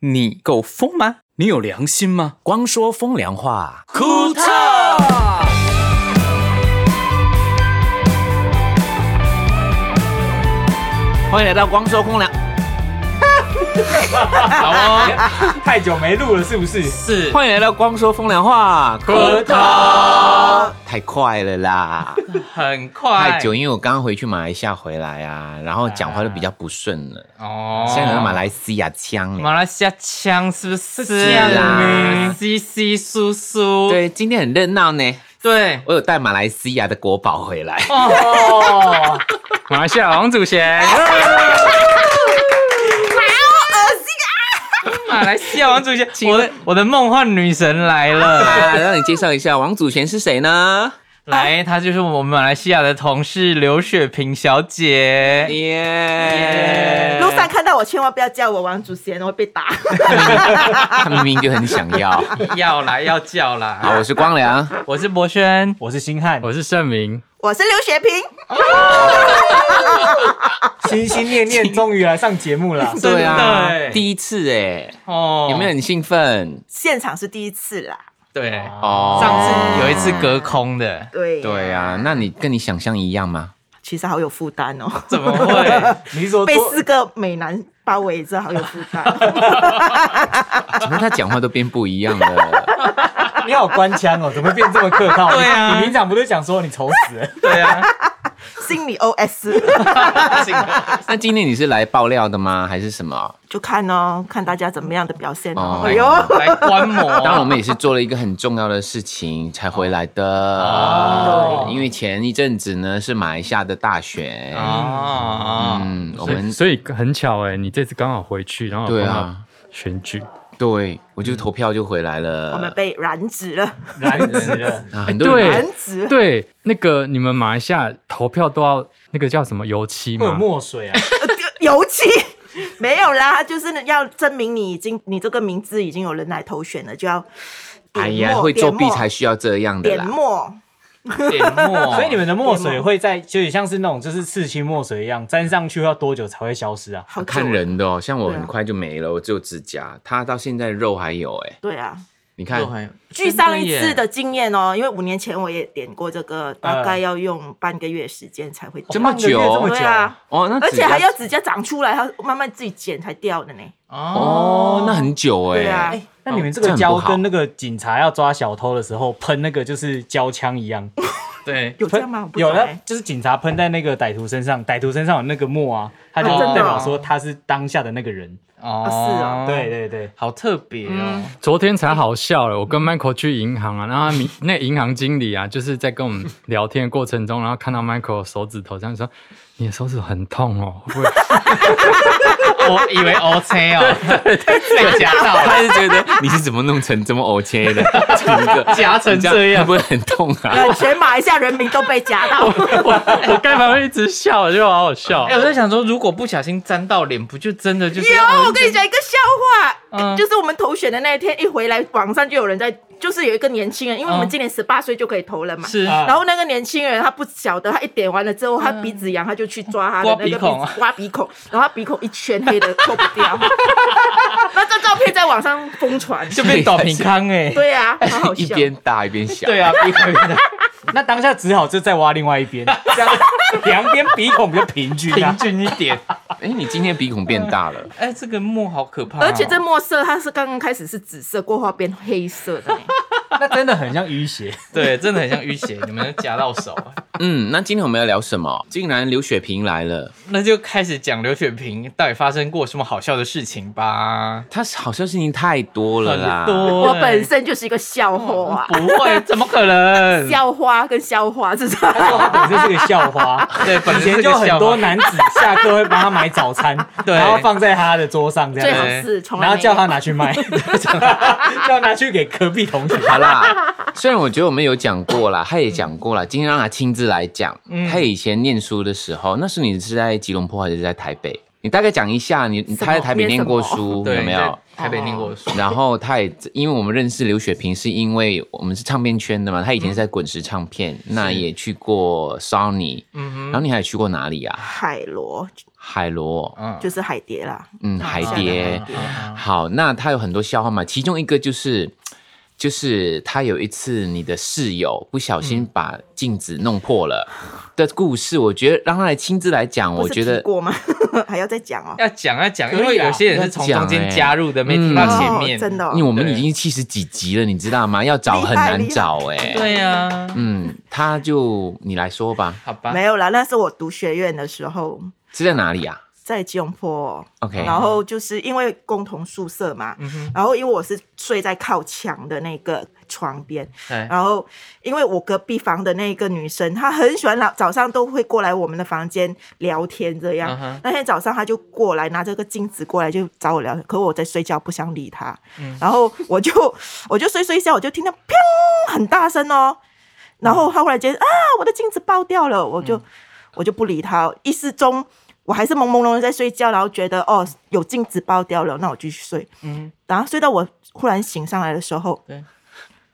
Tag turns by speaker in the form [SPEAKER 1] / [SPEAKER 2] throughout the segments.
[SPEAKER 1] 你够疯吗？你有良心吗？
[SPEAKER 2] 光说风凉话，
[SPEAKER 1] 库特。
[SPEAKER 2] 欢迎来到光说风凉，
[SPEAKER 3] 好哦，太久没录了，是不是？
[SPEAKER 1] 是
[SPEAKER 2] 欢迎来到光说风凉话，
[SPEAKER 3] 葡萄
[SPEAKER 2] 太快了啦，
[SPEAKER 1] 很快，
[SPEAKER 3] 哎
[SPEAKER 2] 太久，因为我刚刚回去马来西亚回来啊，然后讲话就比较不顺了，
[SPEAKER 3] 哦
[SPEAKER 2] 现在有马来西亚腔欸
[SPEAKER 1] 马来西亚腔是不是？
[SPEAKER 3] 这样呢
[SPEAKER 1] 稀稀疏疏，
[SPEAKER 2] 对，今天很热闹呢，
[SPEAKER 1] 对，
[SPEAKER 2] 我有带马来西亚的国宝回来，
[SPEAKER 3] 哦，
[SPEAKER 1] 马来西亚王祖 贤，啊马来西亚王祖贤，
[SPEAKER 2] 请
[SPEAKER 1] 我
[SPEAKER 2] 问
[SPEAKER 1] 的我的梦幻女神来了，
[SPEAKER 2] 啊 让你介绍一下王祖贤是谁呢？
[SPEAKER 1] 来，她就是我们马来西亚的同事刘雪萍 小姐，
[SPEAKER 2] 耶，
[SPEAKER 4] 路上看到我，千万不要叫我王祖贤，我会被 打。
[SPEAKER 2] 他明明就很想要。
[SPEAKER 1] 要来要叫
[SPEAKER 2] 好，
[SPEAKER 1] 啦，
[SPEAKER 2] 我是光良，
[SPEAKER 1] 我是博轩，
[SPEAKER 3] 我是星汉，
[SPEAKER 5] 我是盛明，
[SPEAKER 4] 我是刘雪萍，
[SPEAKER 3] 心心念 念终于来上节目了。
[SPEAKER 2] 对啊
[SPEAKER 1] 真的欸，
[SPEAKER 2] 第一次哎，
[SPEAKER 1] 哦
[SPEAKER 2] 有没有很兴奋？
[SPEAKER 4] 现场是第一次啦，
[SPEAKER 1] 对？
[SPEAKER 2] 哦
[SPEAKER 1] 上次有一次隔空的，
[SPEAKER 4] 对
[SPEAKER 2] 对啊，那你跟你想象一样吗？
[SPEAKER 4] 其实好有负担哦，
[SPEAKER 1] 怎么会？
[SPEAKER 3] 你是说
[SPEAKER 4] 被
[SPEAKER 3] 做
[SPEAKER 4] 四个美男包围着，好有负 担。
[SPEAKER 2] 怎么他讲话都变不一样了？
[SPEAKER 3] 你好官腔哦，怎么变这么客套？
[SPEAKER 1] 对啊
[SPEAKER 3] 你你平常不是讲说你愁死了？
[SPEAKER 1] 对啊，
[SPEAKER 4] 心理 OS
[SPEAKER 2] 那今天你是来爆料的吗？还是什么？
[SPEAKER 4] 就看哦，看大家怎么样的表现哦
[SPEAKER 2] 哦。
[SPEAKER 4] 哎呦，
[SPEAKER 1] 来观摩。
[SPEAKER 2] 当然，我们也是做了一个很重要的事情才回来的。
[SPEAKER 3] 哦
[SPEAKER 2] 因为前一阵子呢是马来西亚的大选，
[SPEAKER 1] 哦，
[SPEAKER 2] 嗯，我
[SPEAKER 5] 所以
[SPEAKER 2] 们
[SPEAKER 5] 所以很巧哎、你这次刚好回去，然后
[SPEAKER 2] 对
[SPEAKER 5] 碰
[SPEAKER 2] 啊
[SPEAKER 5] 到选举，
[SPEAKER 2] 对我就投票就回来了。
[SPEAKER 4] 我们被染指了，
[SPEAKER 3] 燃死 了！
[SPEAKER 2] 啊很多人
[SPEAKER 5] 对
[SPEAKER 4] 染指。
[SPEAKER 5] 哎对，那个你们马来西亚投票都要那个叫什么油漆
[SPEAKER 3] 会有
[SPEAKER 5] 吗？
[SPEAKER 3] 墨水啊？
[SPEAKER 4] 尤其 没有啦，就是要证明你已经你这个名字已经有人来投选了，就要点
[SPEAKER 2] 哎呀
[SPEAKER 4] 墨
[SPEAKER 2] 会作弊
[SPEAKER 4] 点墨
[SPEAKER 2] 才需要这样的
[SPEAKER 4] 点
[SPEAKER 2] 啦。
[SPEAKER 4] 墨。
[SPEAKER 1] 点墨，
[SPEAKER 3] 所以你们的墨水会在，就也像是那种就是刺青墨水一样，沾上去要多久才会消失啊？
[SPEAKER 4] 好久
[SPEAKER 2] 看
[SPEAKER 4] 了。
[SPEAKER 2] 人的哦，像我
[SPEAKER 4] 对啊
[SPEAKER 2] 很快就没了，我只有指甲，它到现在肉还有哎、
[SPEAKER 4] 对啊，
[SPEAKER 2] 你看
[SPEAKER 4] 据上一次的经验哦，因为五年前我也点过这个，大概要用半个月时间才会
[SPEAKER 2] 这
[SPEAKER 4] 掉。
[SPEAKER 2] 么久，
[SPEAKER 3] 半个月这么久
[SPEAKER 4] 对啊，
[SPEAKER 2] 哦，那
[SPEAKER 4] 而
[SPEAKER 2] 指
[SPEAKER 4] 且
[SPEAKER 2] 甲
[SPEAKER 4] 还要指甲长出来，还要慢慢自己剪才掉的呢。
[SPEAKER 2] 哦，那很久哎、
[SPEAKER 4] 对啊，
[SPEAKER 3] 那你们这个
[SPEAKER 2] 哦这很
[SPEAKER 3] 胶
[SPEAKER 2] 不好
[SPEAKER 3] 跟那个警察要抓小偷的时候喷那个就是胶枪一样，
[SPEAKER 1] 对，
[SPEAKER 4] 有这样吗？我不懂
[SPEAKER 3] 有的
[SPEAKER 4] 哎
[SPEAKER 3] 就是警察喷在那个歹徒身上，歹徒身上有那个墨啊，他就
[SPEAKER 4] 啊真的哦
[SPEAKER 3] 代表说他是当下的那个人。
[SPEAKER 1] 哦
[SPEAKER 4] 啊是啊
[SPEAKER 3] 对，对对，
[SPEAKER 1] 好特别哦，
[SPEAKER 5] 昨天才好笑了，我跟 Michael 去银行啊，然后他明那银行经理啊，就是在跟我们聊天的过程中，然后看到 Michael 手指头上说：“你的手指很痛哦， 会不会
[SPEAKER 1] 我以为 O C 哦，被夹到了，
[SPEAKER 2] 他是觉得你是怎么弄成这么 OK 的，整个
[SPEAKER 1] 夹成这
[SPEAKER 2] 会
[SPEAKER 1] 样
[SPEAKER 2] 不，会很痛啊？
[SPEAKER 4] 呃，全马来西亚人民都被夹到，
[SPEAKER 5] 我干嘛会一直笑？就好好笑。
[SPEAKER 1] 哎，我在想说，如果不小心沾到脸，不就真的就是
[SPEAKER 4] 有，我跟你讲一个笑话，
[SPEAKER 1] 嗯
[SPEAKER 4] 哎就是我们投选的那一天一回来，网上就有人在，就是有一个年轻人，因为我们
[SPEAKER 1] 嗯
[SPEAKER 4] 今年十八岁就可以投了嘛。
[SPEAKER 1] 是
[SPEAKER 3] 啊
[SPEAKER 4] 然后那个年轻人他不晓得，他一点完了之后，他鼻子痒，他就去抓他的那个鼻
[SPEAKER 1] 刮鼻孔啊
[SPEAKER 4] 子，刮鼻孔，然后他鼻孔一圈黑的抠不掉。那这照片在网上疯传，
[SPEAKER 1] 就变短平康哎，
[SPEAKER 4] 对啊，好 好
[SPEAKER 2] 一
[SPEAKER 4] 笑。
[SPEAKER 2] 边大一边小，
[SPEAKER 1] 对啊，鼻孔变得
[SPEAKER 3] 那当下只好就再挖另外一边， 这样两边鼻孔比较平均啊
[SPEAKER 1] 平。均一点，
[SPEAKER 2] 哎、你今天鼻孔变大 了，
[SPEAKER 1] 哎，这个墨好可怕哦，
[SPEAKER 4] 而且这墨色它是刚刚开始是紫色，过后变黑色的呢。
[SPEAKER 3] 那真的很像淤血。
[SPEAKER 1] 对真的很像淤血，你们夹到手，
[SPEAKER 2] 嗯，那今天我们要聊什么？竟然刘雪萍来了，
[SPEAKER 1] 那就开始讲刘雪萍到底发生过什么好笑的事情吧。
[SPEAKER 2] 她好像事情太多了啦，
[SPEAKER 1] 很多欸
[SPEAKER 4] 我本身就是一个笑话，
[SPEAKER 1] 不会，怎么可能？
[SPEAKER 4] 笑花跟笑花是啥？
[SPEAKER 3] 他本身是个校花，
[SPEAKER 1] 对，本
[SPEAKER 3] 以
[SPEAKER 1] 身
[SPEAKER 3] 前
[SPEAKER 1] 是
[SPEAKER 3] 就
[SPEAKER 1] 个
[SPEAKER 3] 很
[SPEAKER 1] 笑
[SPEAKER 3] 多
[SPEAKER 1] 话。
[SPEAKER 3] 男子下课会帮他买早餐，
[SPEAKER 1] 对
[SPEAKER 3] 然后放在他的桌上这
[SPEAKER 4] 最好
[SPEAKER 3] 样，
[SPEAKER 4] 是从来
[SPEAKER 3] 然后
[SPEAKER 4] 没
[SPEAKER 3] 叫
[SPEAKER 4] 有
[SPEAKER 3] 他拿去 卖，叫他拿去给隔壁同学。
[SPEAKER 2] 好啦，虽然我觉得我们有讲过啦，他也讲过啦，今天让他亲自来讲。他以前念书的时候，那时候你是在吉隆坡还是在台北？你大概讲一下，你你
[SPEAKER 4] 什么
[SPEAKER 2] 他在台北念过书，
[SPEAKER 1] 对，
[SPEAKER 2] 有哦没有？？
[SPEAKER 1] 台北念过书，
[SPEAKER 2] 然后他也因为我们认识刘雪萍，是因为我们是唱片圈的嘛，他以前是在滚石唱片，那也去过 Sony，然后你还去过哪里啊？
[SPEAKER 4] 海螺
[SPEAKER 2] 海螺，
[SPEAKER 1] 嗯，
[SPEAKER 4] 就是海蝶啦，
[SPEAKER 2] 嗯，海
[SPEAKER 4] 像
[SPEAKER 2] 蝶
[SPEAKER 4] 海。蝶嗯
[SPEAKER 2] 好，那他有很多笑话嘛，其中一个就是。就是他有一次，你的室友不小心把镜子弄破 了的故事，我觉得让他来亲自来讲，
[SPEAKER 4] 不
[SPEAKER 2] 哦我
[SPEAKER 4] 是
[SPEAKER 2] 觉得
[SPEAKER 4] 提过吗？ 还要再讲哦。
[SPEAKER 1] 要讲要讲，
[SPEAKER 3] 可以
[SPEAKER 1] 因
[SPEAKER 3] 啊
[SPEAKER 1] 为有些人是从中
[SPEAKER 2] 欸
[SPEAKER 1] 间加入的，没听
[SPEAKER 2] 嗯
[SPEAKER 1] 到前面，
[SPEAKER 4] 哦、真的、
[SPEAKER 2] 因为
[SPEAKER 4] 哦，
[SPEAKER 2] 我们
[SPEAKER 1] 对
[SPEAKER 2] 已经七十几集了，你知道吗？要找很难找哎、
[SPEAKER 1] 对呀，
[SPEAKER 2] 嗯，他就你来说吧，
[SPEAKER 1] 好吧
[SPEAKER 4] 没，有啦，那是我读学院的时候
[SPEAKER 2] 是在哪里啊
[SPEAKER 4] 在吉隆坡，哦
[SPEAKER 2] ？OK，嗯
[SPEAKER 4] 然后就是因为共同宿舍嘛，然后因为我是睡在靠墙的那个床边，
[SPEAKER 1] 对
[SPEAKER 4] 然后因为我隔壁房的那个女生，她很喜欢老早上都会过来我们的房间聊天这样。
[SPEAKER 1] 嗯哼
[SPEAKER 4] 那天早上她就过来拿着个镜子过来就找我聊天，可我在睡觉不想理她，
[SPEAKER 1] 嗯
[SPEAKER 4] 然后我就 我就睡睡一觉，我就听到砰很大声哦，然后她忽然间啊我的镜子爆掉了，我就、
[SPEAKER 1] 嗯
[SPEAKER 4] 我就不理她，意识中。我还是朦朦胧胧在睡觉，然后觉得哦有镜子爆掉了，那我继续睡。
[SPEAKER 1] 嗯，
[SPEAKER 4] 然后睡到我忽然醒上来的时候，
[SPEAKER 1] 对，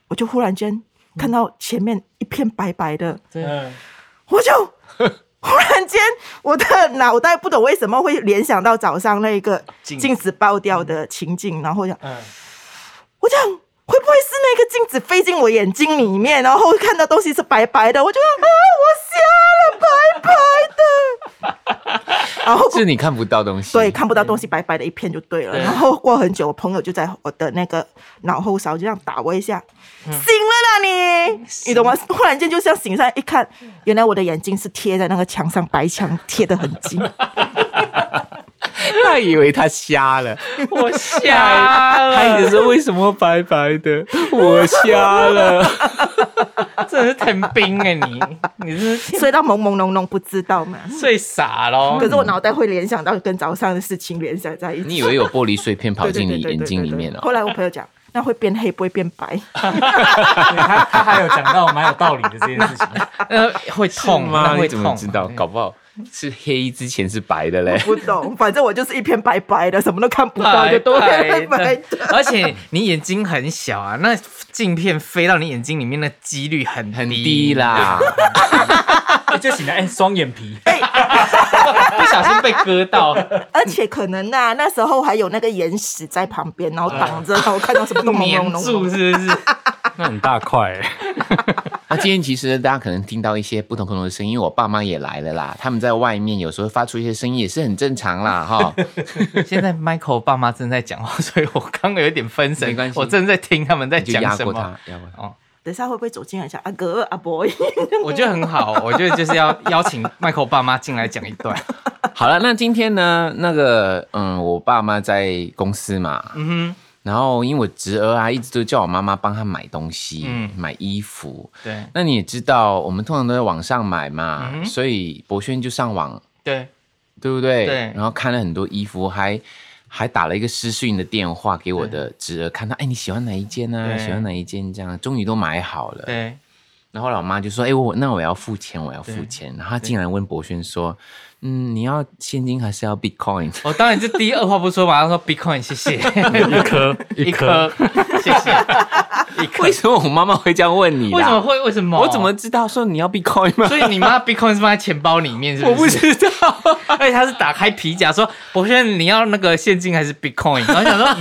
[SPEAKER 4] 我就忽然间看到前面一片白白的，
[SPEAKER 1] 对，
[SPEAKER 3] 嗯，
[SPEAKER 4] 我就忽然间我的脑袋不懂为什么会联想到早上那个
[SPEAKER 1] 镜
[SPEAKER 4] 镜子爆掉的情境，然后我想，
[SPEAKER 3] 嗯
[SPEAKER 4] 我想会不会是那个镜子飞进我眼睛里面，然后看到东西是白白的，我就啊我瞎了，白白的，然后
[SPEAKER 2] 是你看不到东西，
[SPEAKER 4] 哦对，看不到东西，白白的一片就对了。
[SPEAKER 1] 对
[SPEAKER 4] 然后过很久，我朋友就在我的那个脑后勺这样打我一下，
[SPEAKER 2] 嗯
[SPEAKER 4] 醒了啦你，你懂吗？忽然间就像醒上一看，原来我的眼睛是贴在那个墙上，白墙贴的很 紧。
[SPEAKER 2] 他以为他瞎 了，
[SPEAKER 1] 我瞎
[SPEAKER 2] 他一直
[SPEAKER 1] 了，
[SPEAKER 2] 说为什么白白的，我瞎了。
[SPEAKER 1] 真的是藤兵哎，你你真是
[SPEAKER 4] 睡到朦朦胧胧，不知道嘛。
[SPEAKER 1] 睡傻喽
[SPEAKER 4] 可，是我脑袋会联想到跟早上的事情联想在一起，
[SPEAKER 2] 哦你以为有玻璃碎片跑
[SPEAKER 4] 对对
[SPEAKER 2] 进
[SPEAKER 4] 对
[SPEAKER 2] 你
[SPEAKER 4] 对对
[SPEAKER 2] 眼
[SPEAKER 4] 对
[SPEAKER 2] 睛里
[SPEAKER 4] 对
[SPEAKER 2] 面哦？
[SPEAKER 4] 后来我朋友讲，那会变黑，不会变白。
[SPEAKER 3] 对他他还有讲到蛮有道理的这件 事情，
[SPEAKER 1] 呃，会痛
[SPEAKER 2] 是吗？
[SPEAKER 1] 那
[SPEAKER 2] 你
[SPEAKER 1] 会
[SPEAKER 2] 怎么
[SPEAKER 1] 痛，哎
[SPEAKER 2] 知道？搞不好是黑之前是白的 嘞。
[SPEAKER 4] 不懂，反正我就是一片白白的，什么都看不到，就
[SPEAKER 1] 白
[SPEAKER 4] 都白白
[SPEAKER 1] 白
[SPEAKER 4] 的。
[SPEAKER 1] 的，而且你眼睛很小啊，那镜片飞到你眼睛里面的几率很
[SPEAKER 2] 很低， 啦，
[SPEAKER 3] 哎就醒来哎，双眼皮，
[SPEAKER 1] 不小心被割 到，
[SPEAKER 4] 而且可能呐、那时候还有那个岩石在旁边，然后挡着，然后看到 什么都朦
[SPEAKER 1] 黏
[SPEAKER 4] 朦胧
[SPEAKER 1] 住
[SPEAKER 4] 胧。
[SPEAKER 1] 是不 是？
[SPEAKER 5] 那很大块、欸，
[SPEAKER 2] 那啊今天其实大家可能听到一些不同不同的声音，因为我爸妈也来了啦，他们在外面有时候发出一些声音也是很正常啦，哈。
[SPEAKER 1] 现在 Michael 爸妈正在讲话，所以我刚刚有点分神，
[SPEAKER 2] 没关系
[SPEAKER 1] 我正在听他们在
[SPEAKER 2] 你就压
[SPEAKER 1] 讲什
[SPEAKER 2] 过他
[SPEAKER 1] 么。，
[SPEAKER 2] 压过他。
[SPEAKER 4] 等一下会不会走进来讲阿哥啊阿伯？
[SPEAKER 1] 我觉得很好，我觉得就是要邀请 Michael 爸妈进来讲一段。
[SPEAKER 2] 好了，那今天呢，那个嗯，我爸妈在公司嘛，
[SPEAKER 1] 嗯
[SPEAKER 2] 然后因为我侄儿啊，一直都叫我妈妈帮他买东西，
[SPEAKER 1] 嗯
[SPEAKER 2] 买衣服。
[SPEAKER 1] 哼，对
[SPEAKER 2] 那你也知道，我们通常都在网上买嘛，
[SPEAKER 1] 嗯
[SPEAKER 2] 所以博轩就上网，
[SPEAKER 1] 对，
[SPEAKER 2] 对不对？
[SPEAKER 1] 对
[SPEAKER 2] 然后看了很多衣服，还还打了一个私讯的电话给我的侄儿，看到哎你喜欢哪一件呢、啊？
[SPEAKER 1] 对
[SPEAKER 2] 喜欢哪一件？这样终于都买好了。
[SPEAKER 1] 对，
[SPEAKER 2] 然后后来我妈就说：“哎、我那我要付钱，我要付钱。”然后她竟然问博轩说：“嗯，你要现金还是要 Bitcoin？”
[SPEAKER 1] 我哦当然是第一二话不说，马上说 Bitcoin，谢谢，
[SPEAKER 5] 一颗
[SPEAKER 1] 一
[SPEAKER 5] 一颗
[SPEAKER 1] 颗，谢 谢，一颗
[SPEAKER 2] 为。什么我妈妈会这样问你啦？
[SPEAKER 1] 为什么会？为什么？
[SPEAKER 2] 我怎么？知道说你要 Bitcoin 吗？
[SPEAKER 1] 所以你妈 Bitcoin 是放在钱包里面，是
[SPEAKER 2] 我不
[SPEAKER 1] 是？
[SPEAKER 2] 知道。
[SPEAKER 1] 而且他是打开皮夹说：“博轩，你要那个现金还是 Bitcoin？” 然后想说，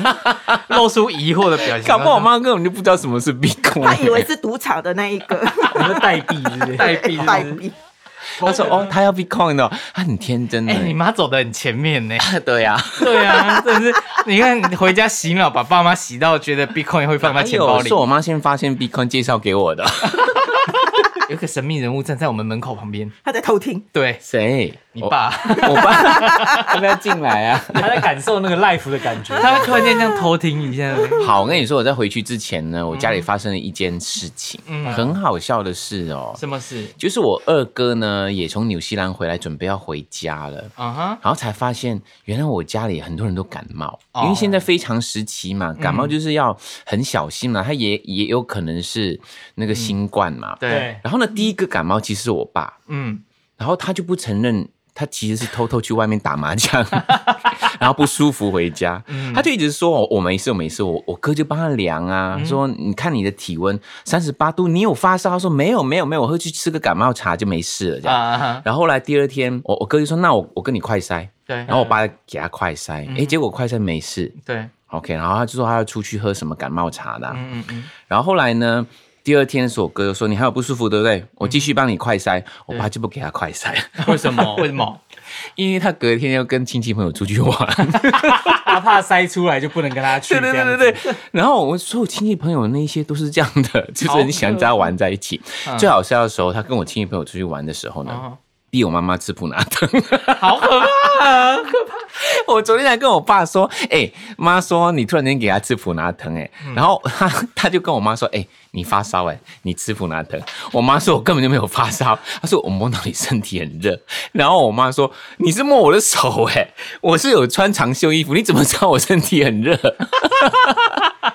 [SPEAKER 1] 嗯露出疑惑的表 情。
[SPEAKER 2] 搞不好我妈根本就不知道什么是 Bitcoin。
[SPEAKER 4] 他以为是赌场的那一个
[SPEAKER 3] 你说代币是不是？
[SPEAKER 1] 代 币是不是
[SPEAKER 4] 代币，
[SPEAKER 2] 她说：“哦，她要 Bitcoin 哦，她很天真
[SPEAKER 1] 哎、
[SPEAKER 2] 的。
[SPEAKER 1] 你妈走的很前面 呢。
[SPEAKER 2] 对呀、
[SPEAKER 1] 对啊，真的是，你看你回家洗脑，把爸妈洗到觉得 Bitcoin 会放在
[SPEAKER 2] 哎
[SPEAKER 1] 钱包
[SPEAKER 2] 呦，
[SPEAKER 1] 里
[SPEAKER 2] 是。我妈先发现 Bitcoin 介绍给 我的。
[SPEAKER 1] 有一个神秘人物站在我们门口旁边，
[SPEAKER 4] 他在偷听。
[SPEAKER 1] 对
[SPEAKER 2] 谁？
[SPEAKER 1] 你爸，
[SPEAKER 2] 我？我爸要不要进来啊？
[SPEAKER 3] 他在感受那个 life 的感觉。
[SPEAKER 1] 他会突然间这样偷听一下。
[SPEAKER 2] 好，我跟你说，我在回去之前呢，我家里发生了一件事情，
[SPEAKER 1] 嗯
[SPEAKER 2] 很好笑的事哦，
[SPEAKER 1] 什么事？
[SPEAKER 2] 就是我二哥呢也从纽西兰回来，准备要回家了。
[SPEAKER 1] 啊哈，
[SPEAKER 2] 然后才发现，原来我家里很多人都感冒，
[SPEAKER 1] 哦
[SPEAKER 2] 因为现在非常时期嘛，感冒就是要很小心嘛，它也也有可能是那个新冠嘛。
[SPEAKER 1] 对，
[SPEAKER 3] 对，
[SPEAKER 2] 然后呢，第一个感冒其实是我爸，
[SPEAKER 1] 嗯，
[SPEAKER 2] 然后他就不承认他其实是偷偷去外面打麻将， 然后不舒服回家，他就一直说哦我我没事我没事，我我哥就帮他量啊，
[SPEAKER 1] 嗯
[SPEAKER 2] 说你看你的体温三十八度，你有发烧？他说没有没有没有，我会去吃个感冒茶就没事了这样。
[SPEAKER 1] 啊哈，
[SPEAKER 2] 然后后来第二天，我我哥就说那我我跟你快筛，
[SPEAKER 1] 对
[SPEAKER 2] 然后我爸给他快筛，
[SPEAKER 1] 嗯
[SPEAKER 2] 诶，结果快筛没事
[SPEAKER 1] 对，
[SPEAKER 2] ，OK，然后他就说他要出去喝什么感冒茶的啊、
[SPEAKER 1] 嗯嗯嗯，
[SPEAKER 2] 然后后来呢，第二天的时候，我哥就说你还有不舒服对不对？我继
[SPEAKER 1] 嗯
[SPEAKER 2] 续帮你快筛，我爸就不给他快筛，
[SPEAKER 1] 为什么？ 为什么？
[SPEAKER 2] 因为他隔天要跟亲戚朋友出去玩。
[SPEAKER 3] 他怕塞出来就不能跟他去。
[SPEAKER 2] 对对
[SPEAKER 3] 这样
[SPEAKER 2] 对
[SPEAKER 3] 子
[SPEAKER 2] 对对。然后我所有亲戚朋友那一些都是这样的， 就是很想大家玩在一起。最好笑的时候，他跟我亲戚朋友出去玩的时候呢
[SPEAKER 1] 嗯，
[SPEAKER 2] 逼我妈妈吃普拿疼。
[SPEAKER 1] 好可怕啊！
[SPEAKER 2] 我昨天还跟我爸说，哎、妈说你突然间给他吃普拿疼、哎、
[SPEAKER 1] 嗯
[SPEAKER 2] 然后他他就跟我妈说，哎、你发烧哎、你吃普拿疼。我妈说我根本就没有发烧，她说我摸到你身体很热，然后我妈说你是摸我的手哎、我是有穿长袖衣服，你怎么知道我身体很热？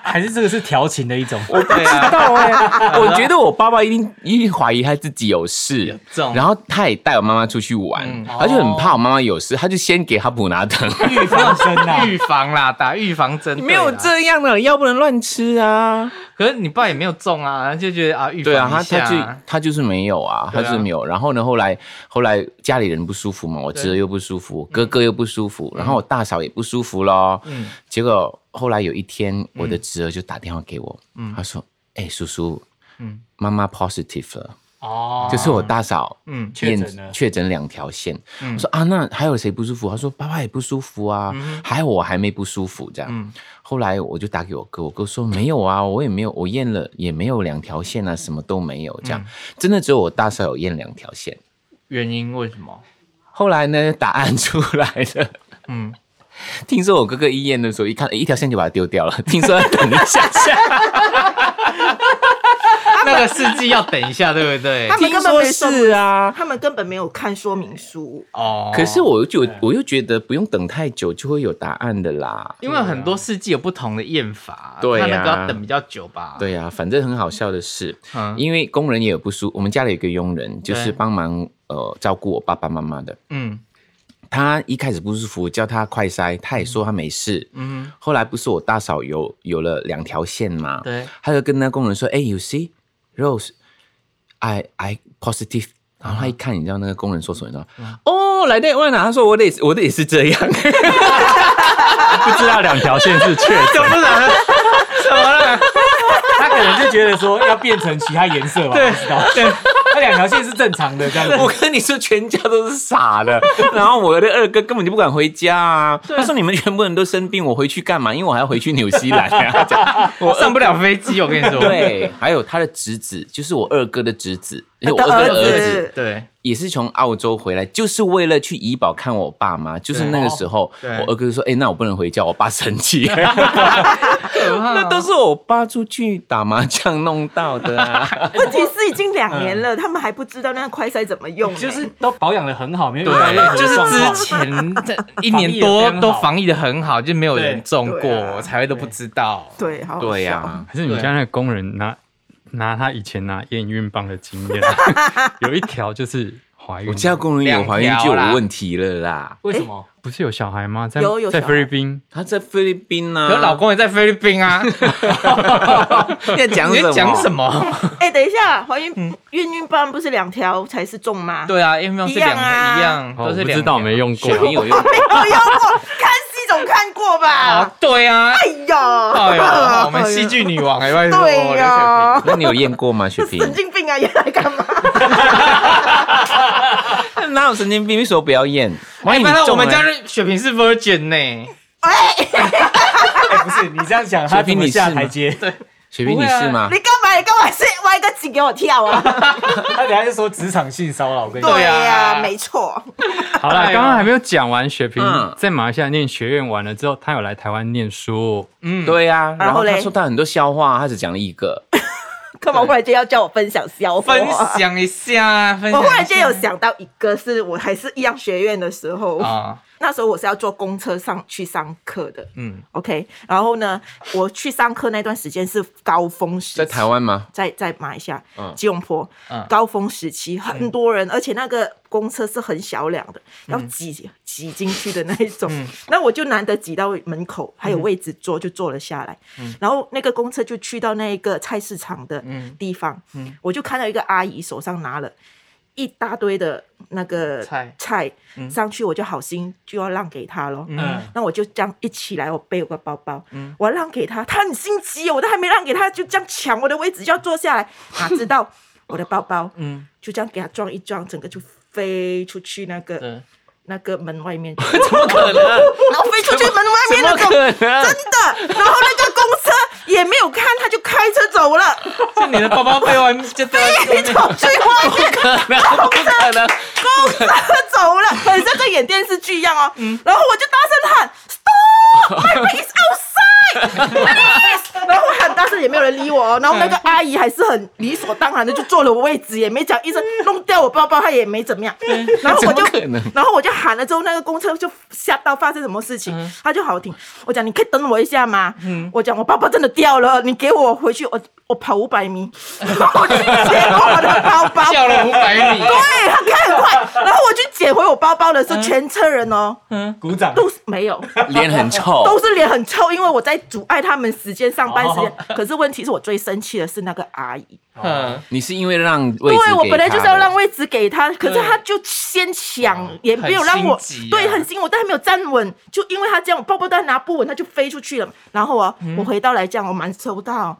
[SPEAKER 3] 还是这个是调情的一种。
[SPEAKER 2] 我不知道哎、 我觉得我爸爸一定一定怀疑他自己有事，
[SPEAKER 1] 这种
[SPEAKER 2] 然后他也带我妈妈出去玩，
[SPEAKER 1] 嗯
[SPEAKER 2] 他就很怕我妈妈有事，他就先给她普拿疼。
[SPEAKER 1] 哦
[SPEAKER 3] 预防针啊呐，
[SPEAKER 1] 预防啦，打预防针。
[SPEAKER 2] 没有
[SPEAKER 1] 对啦，
[SPEAKER 2] 这样的，药不能乱吃啊！
[SPEAKER 1] 可是你爸也没有中啊，他就觉得啊，预防
[SPEAKER 2] 对啊，他
[SPEAKER 1] 一下
[SPEAKER 2] 他就他就是没有啊，他
[SPEAKER 1] 对啊
[SPEAKER 2] 就是没有。然后呢，后来后来家里人不舒服嘛，我侄
[SPEAKER 1] 对嗯
[SPEAKER 2] 儿又不舒服，哥哥又不舒服，然后我大嫂也不舒服咯。结果后来有一天，我
[SPEAKER 1] 嗯
[SPEAKER 2] 的侄儿就打电话给我，他说：“哎、叔叔，
[SPEAKER 1] 嗯
[SPEAKER 2] 妈妈 positive 了。”
[SPEAKER 3] 哦，
[SPEAKER 2] 就是我大嫂，嗯
[SPEAKER 1] 嗯，
[SPEAKER 3] 确诊了
[SPEAKER 2] 确诊两条线。我说啊，那还有谁不舒服？他说爸爸也不舒服啊，还有我还没不舒服这样。后来我就打给我哥，我哥说没有啊，我也没有，我验了也没有两条线啊，什么都没有这样。真的只有我大嫂有验两条线。
[SPEAKER 1] 原因为什么？
[SPEAKER 2] 后来呢，答案出来了。嗯
[SPEAKER 1] 嗯，
[SPEAKER 2] 听说我哥哥一验的时候，一看诶一条线就把它丢掉了。听说要等一下下，
[SPEAKER 1] 那个试剂要等一下，对不对
[SPEAKER 4] 他？们
[SPEAKER 2] 听
[SPEAKER 4] 根本
[SPEAKER 2] 说
[SPEAKER 4] 没说
[SPEAKER 2] 是啊。
[SPEAKER 4] 他们根本没有看说明书。
[SPEAKER 1] 哦，
[SPEAKER 2] 可是我又觉我又觉得不用等太久就会有答案的啦。
[SPEAKER 1] 因为很多试剂有不同的验法，
[SPEAKER 2] 啊对啊
[SPEAKER 1] 他那个要等比较久吧？，
[SPEAKER 2] 对啊，反正很好笑的是，
[SPEAKER 1] 嗯
[SPEAKER 2] 因为工人也有不舒，我们家里有一个佣人，就是
[SPEAKER 1] 对
[SPEAKER 2] 帮忙呃照顾我爸爸妈妈的。
[SPEAKER 1] 嗯
[SPEAKER 2] 他一开始不舒服，叫他快塞，他也说他没事。
[SPEAKER 1] 嗯，
[SPEAKER 2] 后来不是我大嫂有有了两条线嘛，
[SPEAKER 1] 对，
[SPEAKER 2] 他就跟那工人说：“哎、y o u see Rose, I I positive。”然后他一看，你知道那个工人说什么？你知道
[SPEAKER 1] 嗯
[SPEAKER 2] 吗？哦，来电问啊，他说我的也是我的也是这样，
[SPEAKER 5] 不知道两条线是确
[SPEAKER 2] 哎
[SPEAKER 5] 诊，
[SPEAKER 1] 不然
[SPEAKER 2] 啊
[SPEAKER 1] 呢怎么了？
[SPEAKER 3] 他可能就觉得说要变成其他颜色吧，不知道。对，他两条线是正常的这样子。
[SPEAKER 2] 我跟你说，全家都是傻的。然后我的二哥根本就不敢回家啊，他说你们全部人都生病，我回去干嘛？因为我还要回去纽西兰、啊。他讲
[SPEAKER 1] 我 上不了飞机，我跟你说。
[SPEAKER 2] 对，还有他的侄子，就是我二哥的侄子，就是我二
[SPEAKER 4] 的
[SPEAKER 2] 哥的
[SPEAKER 4] 儿
[SPEAKER 2] 儿
[SPEAKER 4] 子
[SPEAKER 2] 子，
[SPEAKER 1] 对，
[SPEAKER 2] 也是从澳洲回来，就是为了去怡保看我爸妈。就是那个时候，
[SPEAKER 1] 对
[SPEAKER 2] 我二哥就说：“哎、那我不能回家。”我爸生气，
[SPEAKER 1] 那
[SPEAKER 2] 那都是我爸出去打麻将弄到的啊。
[SPEAKER 4] 问题是已经两年
[SPEAKER 1] 嗯
[SPEAKER 4] 了，他们还不知道那个快塞怎么用、
[SPEAKER 3] 就是
[SPEAKER 4] 欸
[SPEAKER 3] 都保养的很好，没有遇到任何的
[SPEAKER 1] 对，就是
[SPEAKER 3] 状况
[SPEAKER 1] 之前这一年多都防疫的很好，就没有人中
[SPEAKER 4] 对对
[SPEAKER 1] 过，
[SPEAKER 4] 啊
[SPEAKER 1] 我才会都不知道。
[SPEAKER 4] 对，好好
[SPEAKER 2] 对啊呀、
[SPEAKER 4] 笑
[SPEAKER 5] 还是你们家那个工人拿拿他以前拿验孕棒的经验， 有一条就是怀孕
[SPEAKER 2] 我，家工人有怀孕
[SPEAKER 1] 两
[SPEAKER 2] 就
[SPEAKER 1] 条啦
[SPEAKER 2] 有问题了啦。
[SPEAKER 3] 为什么？
[SPEAKER 5] 不是有小孩吗？在
[SPEAKER 4] 有有
[SPEAKER 5] 在
[SPEAKER 4] 小孩
[SPEAKER 5] 菲律宾，
[SPEAKER 2] 他在菲律宾呢、
[SPEAKER 1] 可老公也在菲律 宾啊，
[SPEAKER 2] 公在讲
[SPEAKER 1] 你
[SPEAKER 2] 什
[SPEAKER 1] 在
[SPEAKER 2] 么？
[SPEAKER 1] 讲什？么？
[SPEAKER 4] 哎、等一下，怀孕孕孕棒不是两条才是中吗？
[SPEAKER 1] 对啊，因为是两
[SPEAKER 4] 一样啊
[SPEAKER 1] 一样，
[SPEAKER 5] 哦
[SPEAKER 1] 都是
[SPEAKER 5] 我不
[SPEAKER 1] 两
[SPEAKER 5] 知道没用过
[SPEAKER 2] 雪，萍有用过，
[SPEAKER 4] 没有用过，哎看戏总看过吧
[SPEAKER 1] 啊？，对啊，
[SPEAKER 4] 哎呦，
[SPEAKER 1] 哎
[SPEAKER 4] 哎
[SPEAKER 1] 呦，哎我们戏剧女王哎，拜托，
[SPEAKER 4] 对
[SPEAKER 1] 刘
[SPEAKER 4] 呀、
[SPEAKER 2] 那你有验过吗？雪 萍
[SPEAKER 4] 神经病啊，也来干嘛？
[SPEAKER 2] 哪有神经病？为什么不要验？万
[SPEAKER 1] 雪
[SPEAKER 2] 一你
[SPEAKER 1] 萍。哎，那我
[SPEAKER 2] 中了
[SPEAKER 1] 们家雪萍是 virgin 呢，
[SPEAKER 3] 哎，不是你这样讲，他
[SPEAKER 2] 雪
[SPEAKER 3] 怎
[SPEAKER 2] 萍
[SPEAKER 3] 么
[SPEAKER 2] 你
[SPEAKER 3] 下
[SPEAKER 2] 是吗
[SPEAKER 3] 台阶？对，
[SPEAKER 2] 雪萍你是吗
[SPEAKER 4] 你？干嘛？你干嘛是挖一个井给我跳啊？
[SPEAKER 3] 他等下就说职场性骚扰，我跟你
[SPEAKER 1] 对
[SPEAKER 3] 讲，
[SPEAKER 1] 啊
[SPEAKER 4] 呀、没错，
[SPEAKER 5] 好了，
[SPEAKER 1] 哎呦
[SPEAKER 5] 刚刚还没有讲完。雪萍
[SPEAKER 2] 嗯
[SPEAKER 5] 在马来西亚念学院完了之后，她有来台湾念书，
[SPEAKER 1] 嗯，
[SPEAKER 2] 对呀、然
[SPEAKER 4] 然
[SPEAKER 2] 后
[SPEAKER 4] 后嘞
[SPEAKER 2] 他说他很多笑话，他只讲了一个。
[SPEAKER 4] 干嘛忽然间要叫我分享笑话？
[SPEAKER 1] 分享一下，分享
[SPEAKER 4] 我
[SPEAKER 1] 一
[SPEAKER 4] 忽
[SPEAKER 1] 下
[SPEAKER 4] 然间有想到一个，是我还是一样学院的时候，
[SPEAKER 1] 啊，
[SPEAKER 4] 那时候我是要坐公车上去上课的
[SPEAKER 1] 嗯，
[SPEAKER 4] ，OK。然后呢，我去上课那段时间是高峰时期，
[SPEAKER 2] 在台湾 吗？
[SPEAKER 4] 在在马来西亚、
[SPEAKER 2] 嗯
[SPEAKER 4] 吉隆坡、
[SPEAKER 1] 嗯
[SPEAKER 4] 高峰时期，很多人，而且那个公车是很小辆的，
[SPEAKER 1] 嗯
[SPEAKER 4] 要挤、挤进去的那一种。那我就难得挤到门口，还有位置坐，就坐了下来。
[SPEAKER 1] 嗯
[SPEAKER 4] 然后那个公车就去到那一个菜市场的地方，
[SPEAKER 1] 嗯
[SPEAKER 4] 我就看到一个阿姨手上拿了。一大堆的那个
[SPEAKER 1] 菜
[SPEAKER 4] 菜上去，我就好心就要让给她咯。
[SPEAKER 1] 嗯
[SPEAKER 4] 那我就这样一起来，我背我个包包，我要让给他，他很心急，我都还没让给他，就这样抢我的位置就要坐下来，哪知 道我的包包，
[SPEAKER 1] 嗯
[SPEAKER 4] 就这样给他撞一撞，整个就飞出去那个
[SPEAKER 1] 对，
[SPEAKER 4] 那个门外面去，
[SPEAKER 1] 怎么可能？
[SPEAKER 4] 然后飞出去门外面那种，
[SPEAKER 1] 可能？
[SPEAKER 4] 真的，然后那个公车也没有看，他就开车 走了，
[SPEAKER 1] 就你的包包被外面就掉在 外
[SPEAKER 4] 飞
[SPEAKER 1] 面，
[SPEAKER 4] 走最后一面。
[SPEAKER 1] 不可能，
[SPEAKER 4] 公车走了，很像在演电视剧一样哦。然后我就大声喊 Stop! My bag is outside! Please! 然后我喊大声也没有人理我哦。然后那个阿姨还是很理所当然的就坐了我位置，也没讲一声，弄掉我包包，她也没怎么样。然后我就
[SPEAKER 2] 怎么可能，
[SPEAKER 4] 然后我就喊了之后，那个公车就吓到发生什么事情，她就好停。我讲你可以等我一下吗？
[SPEAKER 2] 嗯
[SPEAKER 4] 我讲我包包真的掉了，你给我回去，我我跑五百米， 然后我就捡我的包包。
[SPEAKER 1] 掉了五百 米，
[SPEAKER 4] 对，哎他开很快。然后我去捡回我包包的时候，全车人哦
[SPEAKER 2] 嗯
[SPEAKER 3] 鼓掌，
[SPEAKER 4] 都是没有，
[SPEAKER 2] 脸很臭，
[SPEAKER 4] 都是脸很臭，因为我在阻碍他们时间上班时间。
[SPEAKER 2] 哦
[SPEAKER 4] 可是问题是我最生气的是那个阿姨，
[SPEAKER 1] 嗯，
[SPEAKER 2] 你是因为让位置
[SPEAKER 4] 对我
[SPEAKER 2] 给
[SPEAKER 4] 本来就是
[SPEAKER 2] 他
[SPEAKER 4] 要
[SPEAKER 2] 的哦
[SPEAKER 4] 让位置给她，可是她就先抢，也没有让我
[SPEAKER 1] 很心急啊
[SPEAKER 4] 对很心，我但还没有站稳，就因为她这样，我包包袋拿不稳，她就飞出去了。然后啊，
[SPEAKER 2] 嗯
[SPEAKER 4] 我回到来这样，我蛮收到，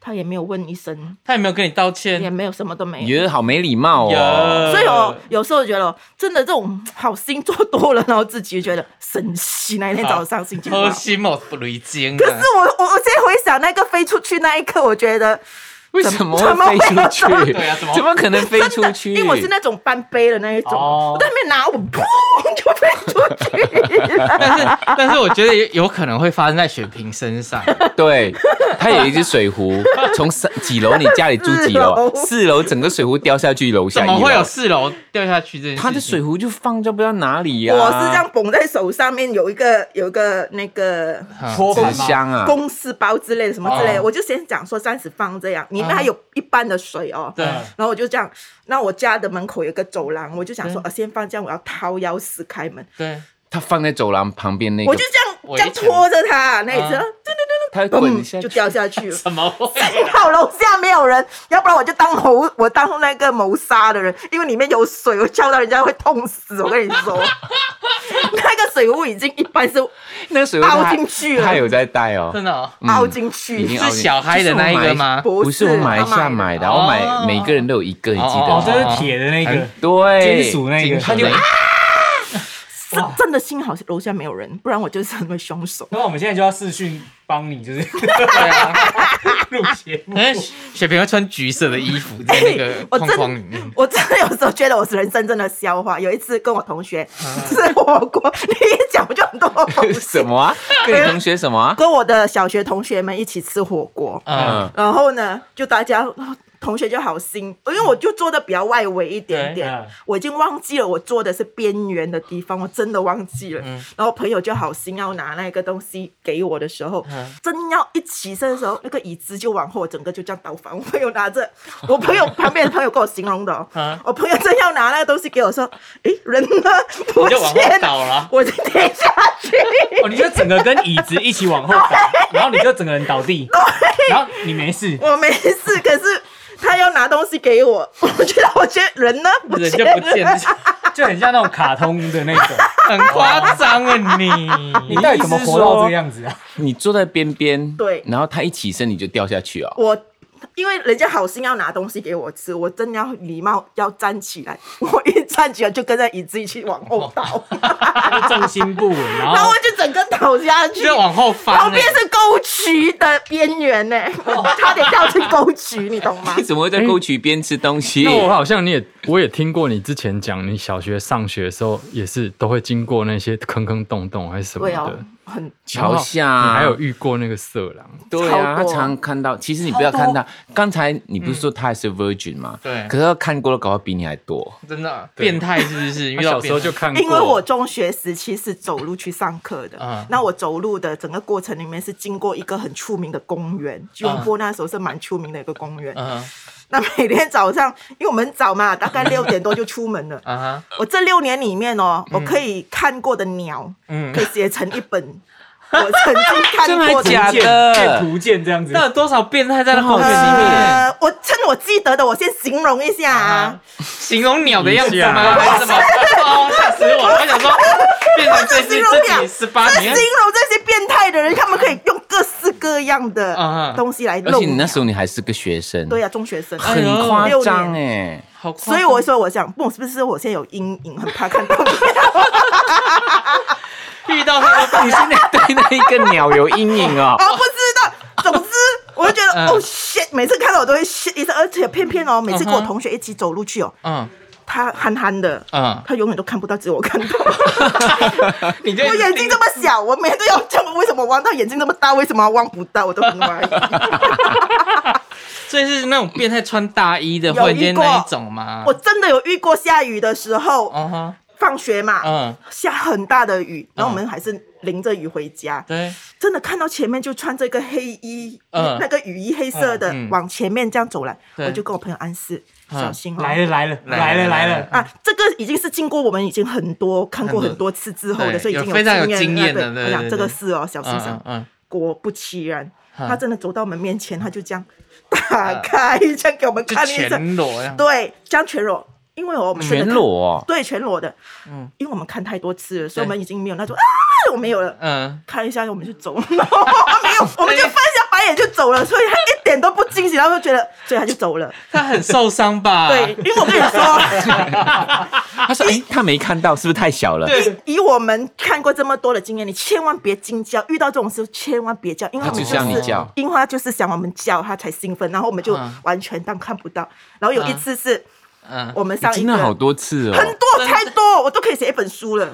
[SPEAKER 4] 她也没有问一声，
[SPEAKER 1] 他也没有跟你道
[SPEAKER 2] 嗯
[SPEAKER 4] 也
[SPEAKER 1] 歉，
[SPEAKER 4] 没有什么都没有。
[SPEAKER 2] 觉得好没礼貌哦。
[SPEAKER 1] 有，
[SPEAKER 4] 所以哦，有时候觉得哦真的这种好心做多了，然后自己就觉得生气。那一天早上心情不好，
[SPEAKER 1] 偷
[SPEAKER 4] 可是
[SPEAKER 1] 心我啊哦不雷惊啊，
[SPEAKER 4] 我我我现在回想那个飞出去那一刻，我觉得
[SPEAKER 2] 为什么
[SPEAKER 4] 怎么
[SPEAKER 2] 会飞出
[SPEAKER 4] 怎么
[SPEAKER 2] 去？
[SPEAKER 1] 对啊怎么
[SPEAKER 2] 怎么可能飞出
[SPEAKER 4] 真的
[SPEAKER 2] 去？
[SPEAKER 4] 因为我是那种搬杯的那一种，
[SPEAKER 3] 哦
[SPEAKER 4] 我在那边拿我砰就飞出去了。
[SPEAKER 1] 但是但是我觉得有有可能会发生在雪萍身 上，
[SPEAKER 2] 对，他有一只水壶，从三几楼？你家里住几楼啊？四楼，整个水壶掉下去楼下
[SPEAKER 1] 怎
[SPEAKER 2] 一楼。
[SPEAKER 1] 么会有四楼掉下去这件事情？
[SPEAKER 2] 他的水壶就放在不知道哪里呀、
[SPEAKER 4] 我是这样捧在手上面，有一个有一个那个
[SPEAKER 3] 托盘
[SPEAKER 2] 纸
[SPEAKER 3] 吗？
[SPEAKER 2] 箱啊，
[SPEAKER 4] 公事包之类的什么之类的，
[SPEAKER 1] 哦
[SPEAKER 4] 我就先讲说三十方这样，里面还有一半的水哦。
[SPEAKER 1] 对，
[SPEAKER 4] 然后我就这样，那我家的门口有个走廊，我就想说，呃，先放这样，我要掏钥匙开门，
[SPEAKER 1] 对，
[SPEAKER 2] 他放在走廊旁边那个，
[SPEAKER 4] 我就这样
[SPEAKER 1] 我
[SPEAKER 4] 这
[SPEAKER 1] 也
[SPEAKER 4] 样拖着它，那一次，
[SPEAKER 1] 啊
[SPEAKER 2] 他
[SPEAKER 4] 噔噔
[SPEAKER 2] 滚
[SPEAKER 4] 噔，
[SPEAKER 2] 下
[SPEAKER 4] 嗯，
[SPEAKER 2] 去
[SPEAKER 4] 就，掉下 去了。
[SPEAKER 1] 怎么会？
[SPEAKER 4] 幸好楼下没有人，要不然我就当谋，我当那个谋杀的人，因为里面有水，我敲到人家会痛死。我跟你 说，那个水壶已经一般是
[SPEAKER 2] 那个水壶他
[SPEAKER 4] 凹进去了
[SPEAKER 2] 他有在带哦，
[SPEAKER 1] 真的哦，
[SPEAKER 4] 凹进去
[SPEAKER 2] 已，经凹
[SPEAKER 1] 是
[SPEAKER 2] 进去
[SPEAKER 1] 小嗨的那一个吗？
[SPEAKER 4] 不
[SPEAKER 2] 不是我马来西亚
[SPEAKER 4] 他
[SPEAKER 2] 买的，
[SPEAKER 1] 哦
[SPEAKER 2] 我买每个人都有一个，你记得
[SPEAKER 3] 哦，
[SPEAKER 2] 吗？
[SPEAKER 3] 这是铁的那个，
[SPEAKER 2] 对，
[SPEAKER 3] 金属那个，
[SPEAKER 2] 他就啊
[SPEAKER 4] 是
[SPEAKER 2] 哦
[SPEAKER 4] 真的幸好是楼下没有人，不然我就是成为凶手。
[SPEAKER 3] 那我们现在就要视讯帮你，就是
[SPEAKER 1] 对啊，
[SPEAKER 3] 录节目
[SPEAKER 1] 因。为哎雪萍会穿橘色的衣服在那个
[SPEAKER 4] 哎我
[SPEAKER 1] 框
[SPEAKER 4] 真
[SPEAKER 1] 框里 面。
[SPEAKER 4] 我真的有时候觉得我是人生真的消化。有一次跟我同学吃火锅，你一讲我就很多同
[SPEAKER 2] 啊 什
[SPEAKER 4] 学，
[SPEAKER 2] 么啊？跟你同学什么 啊？
[SPEAKER 4] 跟我的小学同学们一起吃火锅，
[SPEAKER 1] 嗯，
[SPEAKER 2] 嗯，
[SPEAKER 4] 然后呢，就大家哦同学就好心，因为我就坐的比较外围一
[SPEAKER 3] 对
[SPEAKER 4] 点点
[SPEAKER 3] 嗯，
[SPEAKER 4] 我已经忘记了我坐的是边缘的地方，我真的忘记了。
[SPEAKER 1] 嗯
[SPEAKER 4] 然后朋友就好心要拿那个东西给我的时候，
[SPEAKER 1] 嗯
[SPEAKER 4] 真要一起身的时候，那个椅子就往后，整个就这样倒翻。我朋友 拿着，我朋友旁边的朋友跟我形容的哦、
[SPEAKER 1] 嗯
[SPEAKER 4] 我朋友真要拿那个东西给我说，诶，人 呢？不
[SPEAKER 1] 我就往后
[SPEAKER 4] 见
[SPEAKER 1] 倒了
[SPEAKER 4] 我就跌下去。
[SPEAKER 3] 哦，你就整个跟椅子一起往后倒，然后你就整个人倒地，然后你没事，
[SPEAKER 4] 我没事， 可是他要拿东西给我，我觉得我觉得人呢不
[SPEAKER 1] 人
[SPEAKER 4] 见
[SPEAKER 1] 就不见
[SPEAKER 4] 了，
[SPEAKER 1] 了，
[SPEAKER 3] 就很像那种卡通的那种。
[SPEAKER 1] 很夸张啊 你！
[SPEAKER 3] 你到底怎么活到这个样子啊？
[SPEAKER 2] 你坐在边边，
[SPEAKER 4] 对
[SPEAKER 2] 然后他一起身你就掉下去哦。
[SPEAKER 4] 我。因为人家好心要拿东西给我吃，我真的要礼貌，要站起来。我一站起来就跟着椅子一起往后倒，
[SPEAKER 1] 哦
[SPEAKER 3] 他就重心不稳，然
[SPEAKER 4] 然后
[SPEAKER 3] 后
[SPEAKER 4] 我就整个倒下去，
[SPEAKER 1] 就往后翻、
[SPEAKER 4] 旁边是沟渠的边缘呢，
[SPEAKER 1] 哦
[SPEAKER 4] 我 差点掉进沟渠，你懂 吗
[SPEAKER 2] 你？怎么会在沟渠边吃东西？
[SPEAKER 5] 那我好像你也我也听过你之前讲，你小学上学的时候也是都会经过那些坑坑洞洞还是什么
[SPEAKER 4] 对哦
[SPEAKER 5] 的，，
[SPEAKER 4] 很
[SPEAKER 2] 桥
[SPEAKER 5] 你
[SPEAKER 1] 嗯
[SPEAKER 2] 下啊
[SPEAKER 5] 还有遇过那个色狼，
[SPEAKER 2] 对啊，他
[SPEAKER 4] 超多
[SPEAKER 2] 常常看到。其实你不要看到，刚才你不是说他还是 virgin 吗？
[SPEAKER 5] 嗯
[SPEAKER 1] 对
[SPEAKER 2] 可是他看过的搞不好比你还多。
[SPEAKER 1] 真的啊变态是不是？遇
[SPEAKER 5] 我
[SPEAKER 1] 到
[SPEAKER 5] 小
[SPEAKER 1] 变态
[SPEAKER 5] 时候就看过，
[SPEAKER 4] 因为我中学时期是走路去上课的，
[SPEAKER 1] 嗯
[SPEAKER 4] 那我走路的整个过程里面是经过一个很出名的公园，吉隆坡那时候是蛮出名的一个公园。
[SPEAKER 1] 嗯哼
[SPEAKER 4] 那每天早上，因为我们很早嘛，大概六点多就出门了。
[SPEAKER 1] 嗯哼
[SPEAKER 4] 我这六年里面哦，我可以看过的鸟，
[SPEAKER 1] 嗯
[SPEAKER 4] 可以写成一本 我曾经看过的。
[SPEAKER 2] 假
[SPEAKER 3] 见
[SPEAKER 2] 的？
[SPEAKER 3] 图鉴这样子
[SPEAKER 1] 那，有多少变态在那公园里面？
[SPEAKER 4] 呃，我趁我记得的，我先形容一下啊
[SPEAKER 1] 啊，形容鸟的样子
[SPEAKER 5] 一下
[SPEAKER 1] 吗？还是什么？哦，吓死我了！我想说，变成最
[SPEAKER 4] 形
[SPEAKER 1] 近
[SPEAKER 4] 容
[SPEAKER 1] 这
[SPEAKER 4] 鸟
[SPEAKER 1] 几十八
[SPEAKER 4] 在形
[SPEAKER 1] 年，
[SPEAKER 4] 容这些变态的人，他们可以用各式各样
[SPEAKER 1] 嗯
[SPEAKER 4] 的
[SPEAKER 1] 嗯
[SPEAKER 4] 东西来
[SPEAKER 2] 而
[SPEAKER 4] 弄
[SPEAKER 2] 且你那
[SPEAKER 4] 鸟。
[SPEAKER 2] 时候你还是个学生，
[SPEAKER 4] 啊对啊，中学生，
[SPEAKER 2] 很夸张哎。
[SPEAKER 1] 好夸张
[SPEAKER 4] 所以我说我想，不是不是我现在有阴影，很怕看到你。
[SPEAKER 1] 遇到他
[SPEAKER 4] 哎
[SPEAKER 1] 都
[SPEAKER 2] 你现在对那一个鸟有阴影哦。
[SPEAKER 4] 哦，不知道，总之我就觉得
[SPEAKER 1] 嗯
[SPEAKER 4] 哦 shit，每次看到我都会 shit 一声，而且偏偏哦，每次跟我同学一起走路去哦，
[SPEAKER 1] 嗯
[SPEAKER 4] 他憨憨的，
[SPEAKER 1] 嗯，
[SPEAKER 4] 他永远都看不到，只有我看到。
[SPEAKER 1] 你就
[SPEAKER 4] 我眼睛这么小，我每天都要这么，为什么望到眼睛那么大，为什么望不到？我都很怀疑。
[SPEAKER 1] 所以是那种变态穿大衣的，
[SPEAKER 4] 有
[SPEAKER 1] 忽
[SPEAKER 4] 遇
[SPEAKER 1] 然间
[SPEAKER 4] 过
[SPEAKER 1] 那一种吗？
[SPEAKER 4] 我真的有遇过下雨的时候，
[SPEAKER 1] 嗯哼，
[SPEAKER 4] 放学嘛，
[SPEAKER 1] 嗯，
[SPEAKER 4] 下很大的雨，然后我
[SPEAKER 1] 嗯
[SPEAKER 4] 们还是淋着雨回家，
[SPEAKER 1] 对，
[SPEAKER 4] 真的看到前面就穿着一个黑衣，
[SPEAKER 1] 嗯
[SPEAKER 4] 那个雨衣黑色的
[SPEAKER 1] 嗯嗯
[SPEAKER 4] 往前面这样走来，
[SPEAKER 1] 对
[SPEAKER 4] 我就跟我朋友暗示
[SPEAKER 1] 嗯
[SPEAKER 4] 小心哦。
[SPEAKER 3] 来了来了来了来了，
[SPEAKER 4] 啊，这个已经是经过我们已经很多看过
[SPEAKER 1] 很多
[SPEAKER 4] 很多次之后的，
[SPEAKER 1] 对
[SPEAKER 4] 所以已经
[SPEAKER 1] 有非常有
[SPEAKER 4] 经验
[SPEAKER 1] 经验的
[SPEAKER 4] 了对我
[SPEAKER 1] 对对
[SPEAKER 4] 想
[SPEAKER 1] 对
[SPEAKER 4] 这个是哦，小心
[SPEAKER 1] 嗯
[SPEAKER 4] 小
[SPEAKER 1] 嗯嗯，
[SPEAKER 4] 果不其然，
[SPEAKER 1] 嗯
[SPEAKER 4] 他真的走到我们面前，他就这样打开，这样给我们
[SPEAKER 1] 嗯就
[SPEAKER 4] 看一下，
[SPEAKER 1] 全裸呀，
[SPEAKER 4] 对，这样全裸，因为我们睡得
[SPEAKER 2] 全
[SPEAKER 4] 太，
[SPEAKER 2] 裸哦，
[SPEAKER 4] 对，全裸的，
[SPEAKER 1] 嗯
[SPEAKER 4] 因为我们看太多次了，所
[SPEAKER 1] 对
[SPEAKER 4] 以我们已经没有那种啊，我没有了。
[SPEAKER 1] 嗯，
[SPEAKER 4] 看一下，我们就走了，没有，我们就翻一下白眼就走了，所以他一点都不惊喜，然后就觉得，所以他就走了。
[SPEAKER 1] 他很受伤
[SPEAKER 2] 啊
[SPEAKER 1] 吧？
[SPEAKER 4] 对，因为我跟你说，
[SPEAKER 2] 他说：“哎，他没看到，是不是太小了？”
[SPEAKER 1] 对，
[SPEAKER 4] 以我们看过这么多的经验，你千万别惊叫，遇到这种事千万别叫，因为
[SPEAKER 2] 他
[SPEAKER 4] 他
[SPEAKER 2] 就
[SPEAKER 4] 们
[SPEAKER 2] 像你
[SPEAKER 4] 是。
[SPEAKER 2] 叫，
[SPEAKER 4] 因为他就是想我们叫他才兴奋，然后我们就
[SPEAKER 2] 啊
[SPEAKER 1] 嗯
[SPEAKER 4] 完全当看不到。然后有一次是
[SPEAKER 1] 嗯，
[SPEAKER 4] 我们上一
[SPEAKER 2] 哎真
[SPEAKER 4] 个
[SPEAKER 2] 的好多次哦。
[SPEAKER 4] 很多太多，我都可以写一本书了。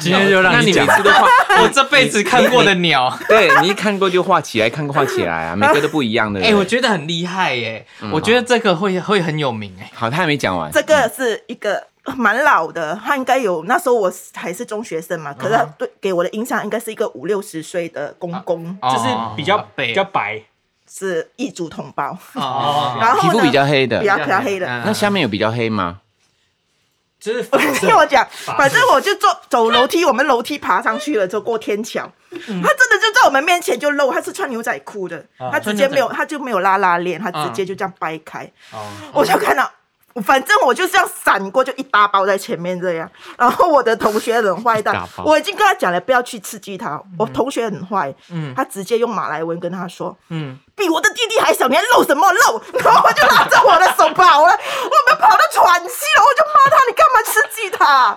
[SPEAKER 5] 今天就让
[SPEAKER 2] 那
[SPEAKER 5] 你
[SPEAKER 2] 你
[SPEAKER 5] 讲
[SPEAKER 2] 每，次都画，
[SPEAKER 1] 我这辈子看过的鸟，
[SPEAKER 2] 对你一看过就画起来，看过画起来啊，每个都不一样的。
[SPEAKER 1] 哎、我觉得很厉害耶、我觉得这个会会很有名哎、
[SPEAKER 2] 好，他还没讲完。
[SPEAKER 4] 这个是一个蛮老的，他应该有那时候我还是中学生嘛，
[SPEAKER 2] 嗯
[SPEAKER 4] 可是他对给我的印象应该是一个五六十岁的公公，
[SPEAKER 2] 啊
[SPEAKER 3] 就是比较
[SPEAKER 1] 哦
[SPEAKER 3] 比较白，
[SPEAKER 4] 是异族同胞，
[SPEAKER 1] 哦
[SPEAKER 4] 然后
[SPEAKER 2] 啊皮
[SPEAKER 4] 呢
[SPEAKER 2] 肤比较黑
[SPEAKER 4] 比较
[SPEAKER 2] 的，嗯
[SPEAKER 4] 比较黑的。
[SPEAKER 2] 那下面有比较黑吗？
[SPEAKER 3] 就是
[SPEAKER 4] 听 我讲，反正我就走走楼梯，我们楼梯爬上去了之后过天桥，他
[SPEAKER 2] 嗯
[SPEAKER 4] 真的就在我们面前就露，他是穿牛仔裤的，
[SPEAKER 2] 啊
[SPEAKER 4] 他直接没有，他就没有拉拉链，他直接就这样掰开，我就看到。反正我就这样闪过，就一大包在前面这样。然后我的同学很 坏
[SPEAKER 2] 一
[SPEAKER 4] 蛋
[SPEAKER 2] 大，包嗯
[SPEAKER 4] 我已经跟他讲了不要去刺激他。我同学很坏，他直接用马来文跟他说：“
[SPEAKER 1] 嗯，
[SPEAKER 4] 比我的弟弟还小，你还露什么露？然后我就拉着我的手跑了，我们跑到喘气了，我就骂他，你干嘛刺激他？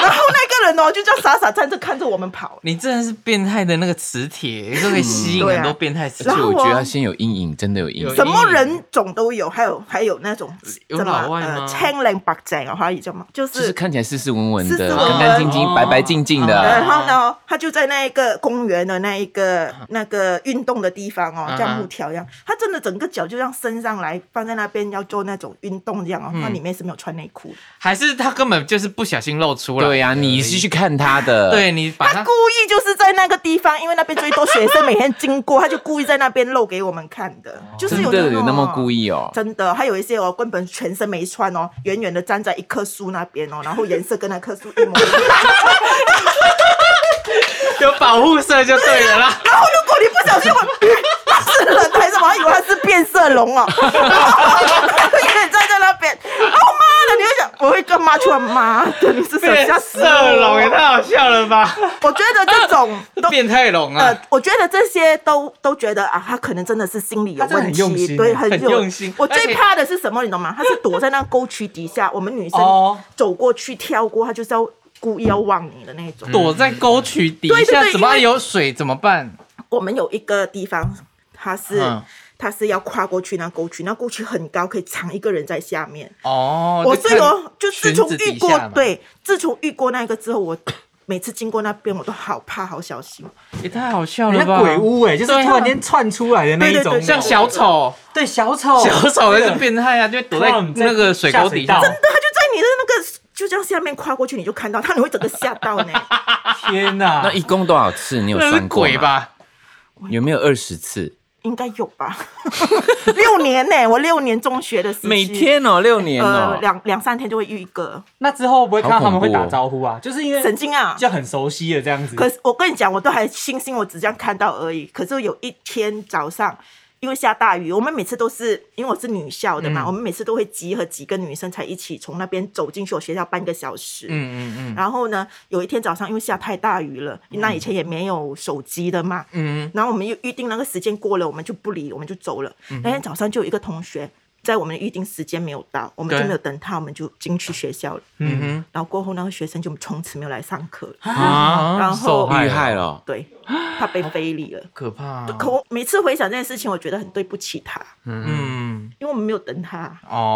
[SPEAKER 4] 然后那个人哦，就这样傻傻站着看着我们跑。
[SPEAKER 1] 你真的是变态的那个磁铁，就可以吸引
[SPEAKER 4] 对啊
[SPEAKER 1] 很多变态磁铁
[SPEAKER 2] 而且
[SPEAKER 4] 然后
[SPEAKER 2] 我觉得
[SPEAKER 4] 啊
[SPEAKER 2] 他先有阴影，真的有阴
[SPEAKER 1] 有
[SPEAKER 2] 影。
[SPEAKER 4] 什么人种都有，还有还有那种
[SPEAKER 1] 有
[SPEAKER 4] 什么
[SPEAKER 1] 老外吗
[SPEAKER 4] 呃青蓝白净啊，华语叫什么？就
[SPEAKER 2] 就是
[SPEAKER 4] 是。
[SPEAKER 2] 看起来斯斯文文
[SPEAKER 4] 斯斯
[SPEAKER 2] 的，
[SPEAKER 4] 文文哦
[SPEAKER 2] 干干净净、白白净净
[SPEAKER 1] 啊
[SPEAKER 4] 然
[SPEAKER 2] 的。
[SPEAKER 4] 后呢，他就在那一个公园的那一个
[SPEAKER 2] 啊
[SPEAKER 4] 那个运动的地方哦，
[SPEAKER 1] 嗯
[SPEAKER 4] 像木条一样，他真的整个脚就这样伸上来，放在那边要做那种运动这样哦，
[SPEAKER 2] 嗯
[SPEAKER 4] 他里面是没有穿内裤的，
[SPEAKER 1] 还是他根本就是不小心露出来？
[SPEAKER 2] 对呀，你是去看他的，，
[SPEAKER 1] 对你把
[SPEAKER 2] 啊
[SPEAKER 4] 他
[SPEAKER 1] 它
[SPEAKER 4] 故意就是在那个地方，因为那边最多学生每天经过，他就故意在那边露给我们看的，就是
[SPEAKER 2] 哦真
[SPEAKER 4] 有
[SPEAKER 2] 的有那么
[SPEAKER 4] 意。
[SPEAKER 2] 故意哦。
[SPEAKER 4] 真的，还有一些哦，根本全身没穿哦，远远的站在一棵树那边哦，然后颜色跟那棵树一模一样。
[SPEAKER 1] 有保护色就对了 啦。
[SPEAKER 4] 然后哦如果你不小心问他是人还是什么，还以为他是变色龙哦，远远站在那边，哦妈的，你会想，我会跟妈去问妈的，你是什么吓
[SPEAKER 1] 变
[SPEAKER 4] 死我
[SPEAKER 1] 色龙也太好笑了吧？
[SPEAKER 4] 我觉得这种都
[SPEAKER 1] 变态龙啊
[SPEAKER 4] 呃！，我觉得这些都都觉得啊，他可能真的是心理有
[SPEAKER 3] 他真的
[SPEAKER 4] 问
[SPEAKER 3] 很用
[SPEAKER 4] 题，
[SPEAKER 3] 心
[SPEAKER 4] 对，
[SPEAKER 3] 欸
[SPEAKER 4] 很
[SPEAKER 1] 很
[SPEAKER 4] 有
[SPEAKER 1] 用心
[SPEAKER 4] 我
[SPEAKER 1] 而且
[SPEAKER 4] 最怕的是什么，你懂吗？他是躲在那个沟渠底下，我们女生
[SPEAKER 3] 哦
[SPEAKER 4] 走过去跳过，他就是要故意要望你的那种。
[SPEAKER 1] 躲在沟渠底
[SPEAKER 4] 对对
[SPEAKER 1] 下，
[SPEAKER 4] 对
[SPEAKER 1] 怎么
[SPEAKER 4] 因
[SPEAKER 1] 啊
[SPEAKER 4] 为
[SPEAKER 1] 有水怎么办？
[SPEAKER 4] 我们有一个地方，它是、
[SPEAKER 1] 嗯
[SPEAKER 4] 它是要跨过去那沟渠，那沟渠很高，可以藏一个人在下面。
[SPEAKER 1] 哦，
[SPEAKER 4] 我
[SPEAKER 1] 就看
[SPEAKER 4] 是有，就自
[SPEAKER 1] 裙
[SPEAKER 4] 从
[SPEAKER 1] 子
[SPEAKER 4] 遇
[SPEAKER 1] 底
[SPEAKER 4] 过
[SPEAKER 1] 下嘛，
[SPEAKER 4] 对，自从遇过那个之后，我每次经过那边，我都好怕，好小心。
[SPEAKER 1] 也太好笑
[SPEAKER 3] 人
[SPEAKER 1] 了
[SPEAKER 3] 家
[SPEAKER 1] 吧！
[SPEAKER 3] 鬼屋哎，就是
[SPEAKER 1] 对啊
[SPEAKER 3] 突然间窜出来的那一
[SPEAKER 4] 对对
[SPEAKER 3] 种
[SPEAKER 4] 对，
[SPEAKER 1] 像小丑，
[SPEAKER 3] 对小丑，
[SPEAKER 1] 小丑
[SPEAKER 3] 那
[SPEAKER 1] 那
[SPEAKER 3] 个
[SPEAKER 1] 是变态啊，就躲在
[SPEAKER 3] 哇你在
[SPEAKER 1] 那个水沟底
[SPEAKER 3] 下
[SPEAKER 1] 下
[SPEAKER 3] 水。道
[SPEAKER 4] 对，他就在你的那个就这样下面跨过去，你就看到他，你会整个吓到 呢。
[SPEAKER 3] 天哪、
[SPEAKER 2] 那一共多少次？你有
[SPEAKER 1] 那是
[SPEAKER 2] 算过
[SPEAKER 1] 鬼
[SPEAKER 2] 吗？
[SPEAKER 1] 吧？
[SPEAKER 2] 有没有二十次？
[SPEAKER 4] 应该有吧？ 六年呢、我六年中学的时期
[SPEAKER 2] 每天哦，六年
[SPEAKER 4] 呃
[SPEAKER 2] 哦，
[SPEAKER 4] 两两三天就会遇一个
[SPEAKER 3] 那之后不会看到他们会打
[SPEAKER 2] 好恐怖哦
[SPEAKER 3] 招呼啊，就是因为
[SPEAKER 4] 神经啊。
[SPEAKER 3] 就很熟悉的这样子。
[SPEAKER 4] 可是我跟你讲，我都还星星，我只这样看到而已。可是有一天早上，因为下大雨，我们每次都是因为我是女校的嘛，
[SPEAKER 1] 嗯
[SPEAKER 4] 我们每次都会集合几个女生才一起从那边走进去我学校半个小时。
[SPEAKER 1] 嗯嗯嗯
[SPEAKER 4] 然后呢，有一天早上因为下太大雨了，那以前也没有手机的嘛，
[SPEAKER 1] 嗯，
[SPEAKER 4] 然后我们又预定那个时间过了，我们就不理，我们就走了。
[SPEAKER 1] 嗯
[SPEAKER 4] 那天早上就有一个同学在我们的预定时间没有到，我们
[SPEAKER 1] 对
[SPEAKER 4] 就没有等他，我们就进去学校了。
[SPEAKER 1] 嗯哼
[SPEAKER 4] 然后过后那个学生就从此没有来上课了，
[SPEAKER 5] 啊，
[SPEAKER 4] 然后
[SPEAKER 5] 受害
[SPEAKER 2] 厉害哦了。
[SPEAKER 4] 对他被非礼了。
[SPEAKER 1] 可怕啊。
[SPEAKER 4] 可我每次回想这件事情，我觉得很对不起他，
[SPEAKER 1] 嗯，
[SPEAKER 4] 因为我们没有等他。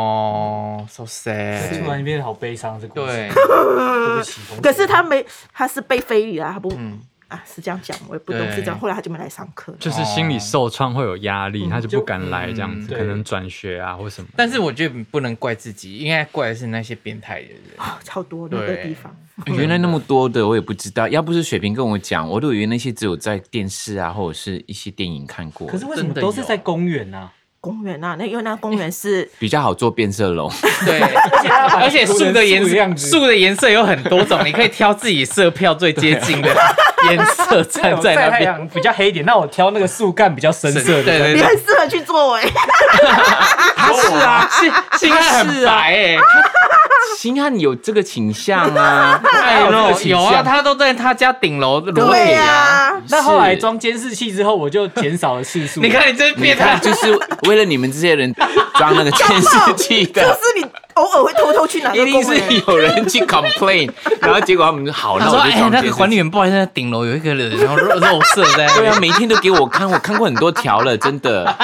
[SPEAKER 1] 哦，so sad
[SPEAKER 3] 突。然变得好悲伤，这故事。
[SPEAKER 1] 对，
[SPEAKER 3] 对不起，同学
[SPEAKER 4] 呃可是他没，他是被非礼了，他不、
[SPEAKER 1] 嗯
[SPEAKER 4] 啊是这样讲，我也不懂
[SPEAKER 1] 对
[SPEAKER 4] 是这样。后来他就没来上课。
[SPEAKER 5] 就是心理受创会有压力，他就不敢来这样子，
[SPEAKER 3] 就嗯
[SPEAKER 5] 可能转学啊或什么。
[SPEAKER 1] 嗯但是我觉得不能怪自己，应该怪的是那些变态的人。
[SPEAKER 4] 啊超多那个
[SPEAKER 1] 对
[SPEAKER 4] 地方，
[SPEAKER 2] 原来那么多的我也不知道，要不是水瓶跟我讲，我都以为那些只有在电视啊或者是一些电影看过，
[SPEAKER 3] 可是为什么都是在公园啊？
[SPEAKER 4] 公园啊，那因为那个公园是
[SPEAKER 2] 比较好做变色龙。
[SPEAKER 1] 对，而
[SPEAKER 3] 而
[SPEAKER 1] 且树的颜
[SPEAKER 3] 样
[SPEAKER 1] 色，
[SPEAKER 3] 子，
[SPEAKER 1] 树的颜色有很多种，你可以挑自己色票最接近 的颜色站在那
[SPEAKER 3] 太
[SPEAKER 1] 边。
[SPEAKER 3] 阳比较黑一点，那我挑那个树干比较深色的。
[SPEAKER 1] 对对
[SPEAKER 4] 你
[SPEAKER 1] 对，
[SPEAKER 4] 很适合去做哎、
[SPEAKER 1] 他是啊，性性爱很白哎，
[SPEAKER 2] 啊星汉有这个倾向啊，
[SPEAKER 1] 哎
[SPEAKER 2] 有这
[SPEAKER 1] 呦
[SPEAKER 2] 个倾
[SPEAKER 1] 有啊，
[SPEAKER 2] 向
[SPEAKER 1] 他都在他家顶楼裸
[SPEAKER 4] 对
[SPEAKER 1] 体
[SPEAKER 4] 呀、
[SPEAKER 1] 啊。
[SPEAKER 3] 那后来装监视器之后，我就减少了次数。
[SPEAKER 1] 你看你真
[SPEAKER 2] 你
[SPEAKER 1] 变态
[SPEAKER 2] 看，，就是为了你们这些人装那个监视器
[SPEAKER 4] 就
[SPEAKER 2] 的，
[SPEAKER 4] 是你偶尔会偷偷去哪个
[SPEAKER 2] 一定
[SPEAKER 4] 公
[SPEAKER 2] 是
[SPEAKER 4] 园，
[SPEAKER 2] 有人去 complain，然后结果他们就好，
[SPEAKER 1] 他
[SPEAKER 2] 那
[SPEAKER 1] 说
[SPEAKER 2] 我就
[SPEAKER 1] 哎，
[SPEAKER 2] 装
[SPEAKER 1] 那
[SPEAKER 2] 监
[SPEAKER 1] 个
[SPEAKER 2] 视
[SPEAKER 1] 管理
[SPEAKER 2] 器。
[SPEAKER 1] 员不好意思，顶楼有一个人，然后肉肉色在那
[SPEAKER 2] 对
[SPEAKER 1] 边
[SPEAKER 2] 啊，。每天都给我看，我看过很多条了，真的。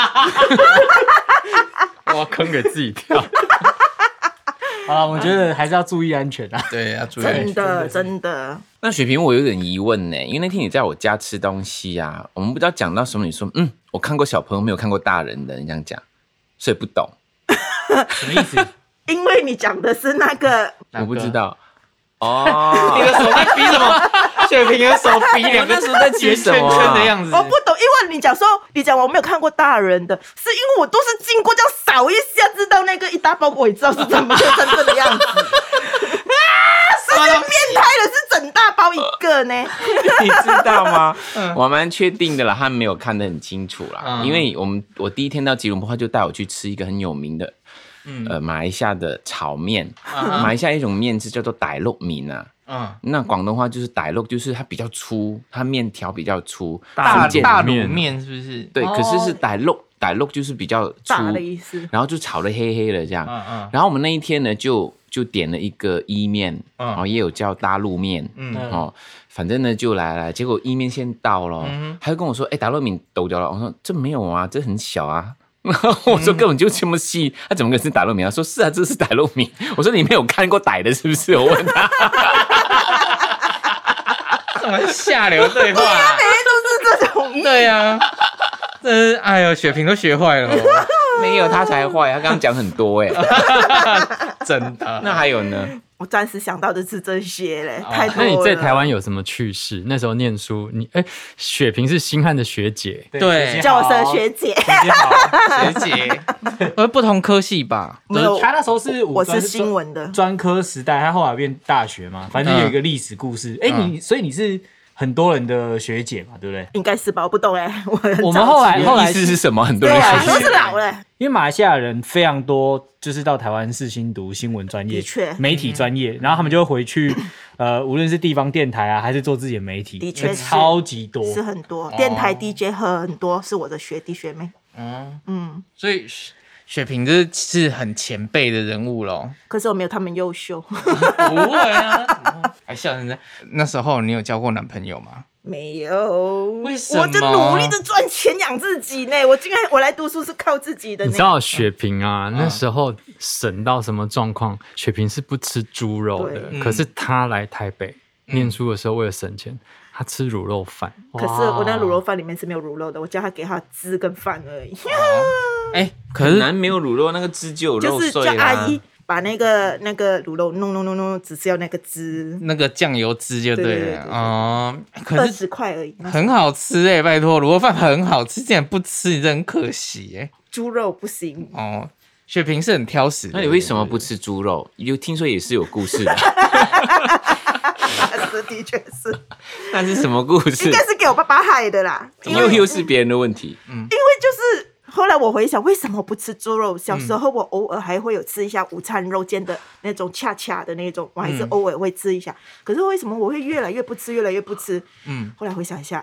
[SPEAKER 5] 挖坑给自己跳，
[SPEAKER 3] 好了，我觉得还是要注意安全啊。
[SPEAKER 1] 对要注
[SPEAKER 4] 真的真的，
[SPEAKER 2] 那水瓶，我有点疑问呢，因为那天你在我家吃东西啊，我们不知道讲到什么，你说嗯，我看过小朋友，没有看过大人的，你这样讲，所以不懂，
[SPEAKER 3] 什么意 思？
[SPEAKER 4] 因为你讲的是那个，
[SPEAKER 1] 哪
[SPEAKER 2] 我
[SPEAKER 1] 个
[SPEAKER 2] 不知道。哦，
[SPEAKER 1] 你的手在比什么？ 雪萍的手比 两个
[SPEAKER 2] 我那时候在举什么啊
[SPEAKER 1] 圈圈的样子
[SPEAKER 4] 我。哦不懂，因为你讲说你讲我没有看过大人的，是因为我都是经过这样扫一下，知道那个一大包，我也知道是怎么真正的样子。 啊，神经变态的是整大包一个 呢，
[SPEAKER 2] 你知道吗？我蛮确定的啦，他没有看得很清楚啦，
[SPEAKER 1] 嗯
[SPEAKER 2] 因为我们我第一天到吉隆坡，他就带我去吃一个很有名的。
[SPEAKER 1] 嗯
[SPEAKER 2] 呃，马来西亚的炒面，
[SPEAKER 1] 啊
[SPEAKER 2] 马来西亚一种面是叫做傣肉米啊，
[SPEAKER 1] 嗯，
[SPEAKER 2] 那广东话就是傣肉，就是它比较粗，它面条比较粗，
[SPEAKER 1] 大
[SPEAKER 2] 福建
[SPEAKER 1] 大卤哦
[SPEAKER 5] 面
[SPEAKER 1] 面是不是？
[SPEAKER 2] 对，可是是傣肉，傣肉就是比较粗，
[SPEAKER 4] 大的意思。
[SPEAKER 2] 然后就炒的黑黑的这样。
[SPEAKER 1] 嗯嗯
[SPEAKER 2] 然后我们那一天呢，就就点了一个伊面，
[SPEAKER 1] 嗯
[SPEAKER 2] 然后也有叫大陆面，
[SPEAKER 1] 嗯
[SPEAKER 2] 哦，反正呢就来来，结果伊面先到了，
[SPEAKER 1] 嗯
[SPEAKER 2] 他就跟我说：“哎、打肉面抖掉了。”我说：“这没有啊，这很小啊。” 然后我说根本就这么细，他怎么可能是打肉面？他说是啊，这是打肉面。 我说你没有看过歹的，是不是？我问他，
[SPEAKER 1] 什么下流对话啊？
[SPEAKER 4] 哎，都是这种，
[SPEAKER 1] 对呀，这是哎呦，雪萍都学坏了哦，
[SPEAKER 2] 没有，他才坏。他刚刚讲很多哎、
[SPEAKER 1] 真的。
[SPEAKER 2] 那还有呢？
[SPEAKER 4] 我暂时想到的是这些嘞，太多
[SPEAKER 5] 那
[SPEAKER 4] 了。
[SPEAKER 5] 你在台湾有什么趣事？那时候念书，你哎，雪萍是星汉的学姐，
[SPEAKER 1] 对
[SPEAKER 3] 学姐
[SPEAKER 4] 叫
[SPEAKER 3] 好
[SPEAKER 4] 我声学姐，
[SPEAKER 3] 学姐好。
[SPEAKER 1] 学 姐，呃，不同科系吧？
[SPEAKER 4] 没有，
[SPEAKER 3] 他那时候哦是五
[SPEAKER 4] 我
[SPEAKER 3] 专
[SPEAKER 4] 是新闻的，
[SPEAKER 3] 专科时代，他后来变大学嘛，反正有一个历史故事。哎、你所以你是很多人的学姐嘛，对不对？
[SPEAKER 4] 应该是吧？我不懂哎， 我很
[SPEAKER 3] 我们后来
[SPEAKER 2] 你
[SPEAKER 3] 后
[SPEAKER 2] 的
[SPEAKER 3] 来
[SPEAKER 2] 意思是什么？很多
[SPEAKER 4] 对
[SPEAKER 2] 人
[SPEAKER 4] 啊，
[SPEAKER 2] 学
[SPEAKER 4] 都
[SPEAKER 2] 习
[SPEAKER 4] 是老嘞。
[SPEAKER 3] 因为马来西亚人非常多，就是到台湾世新读新闻专业，
[SPEAKER 4] 的确嗯
[SPEAKER 3] 媒体专业，然后他们就会回去，呃，无论是地方电台啊，还是做自己的媒体，
[SPEAKER 4] 的确是
[SPEAKER 3] 超级多。
[SPEAKER 4] 是很多，
[SPEAKER 3] 哦
[SPEAKER 4] 电台 DJ 很多是我的学弟学妹。
[SPEAKER 1] 嗯，
[SPEAKER 4] 嗯，
[SPEAKER 1] 所以雪雪萍这是很前辈的人物喽。
[SPEAKER 4] 可是我没有他们优秀，
[SPEAKER 1] 不会啊， 还笑人家。那时候你有交过男朋友吗？
[SPEAKER 4] 没有。
[SPEAKER 1] 为什么
[SPEAKER 4] 我在努力的赚钱养自己呢，我竟然我来读书是靠自己的
[SPEAKER 5] 你
[SPEAKER 4] 呢。
[SPEAKER 5] 知道雪萍啊，
[SPEAKER 4] 嗯
[SPEAKER 5] 那时候省到什么状况？雪萍是不吃猪肉的，
[SPEAKER 4] 对
[SPEAKER 5] 可是她来台北，念书的时候为了省钱，他吃卤肉饭。
[SPEAKER 4] 可是我那卤肉饭里面是没有卤肉的，我叫他给他汁跟饭而已，
[SPEAKER 1] 哎，可
[SPEAKER 2] 可
[SPEAKER 1] 是
[SPEAKER 2] 是南没有卤肉，那个汁就有
[SPEAKER 4] 就
[SPEAKER 2] 肉
[SPEAKER 4] 是
[SPEAKER 2] 碎
[SPEAKER 4] 叫阿
[SPEAKER 2] 啦。
[SPEAKER 4] 姨把那个那个卤肉弄弄弄弄，只是要那个汁，
[SPEAKER 1] 那个酱油汁就
[SPEAKER 4] 对对
[SPEAKER 1] 对
[SPEAKER 4] 对对
[SPEAKER 1] 了哦。可
[SPEAKER 4] 二
[SPEAKER 1] 是
[SPEAKER 4] 十块而已。
[SPEAKER 1] 很好吃哎，拜托，卤肉饭很好吃，竟然不吃，你真的很可惜哎。
[SPEAKER 4] 猪肉不行，
[SPEAKER 1] 哦，雪萍是很挑食的，
[SPEAKER 2] 那你为什么不吃猪肉？有听说也是有故 事的，
[SPEAKER 4] 这的确是，
[SPEAKER 2] 那是什么故
[SPEAKER 4] 应
[SPEAKER 2] 事？
[SPEAKER 4] 该是给我爸爸害的啦。因为嗯
[SPEAKER 2] 又又是别人的问题。
[SPEAKER 4] 就是后来我回想，为什么不吃猪肉？小时候我偶尔还会有吃一下午餐肉间的那种恰恰的那种，我还是偶尔会吃一下。可是为什么我会越来越不吃，越来越不吃？嗯，后来回想一下。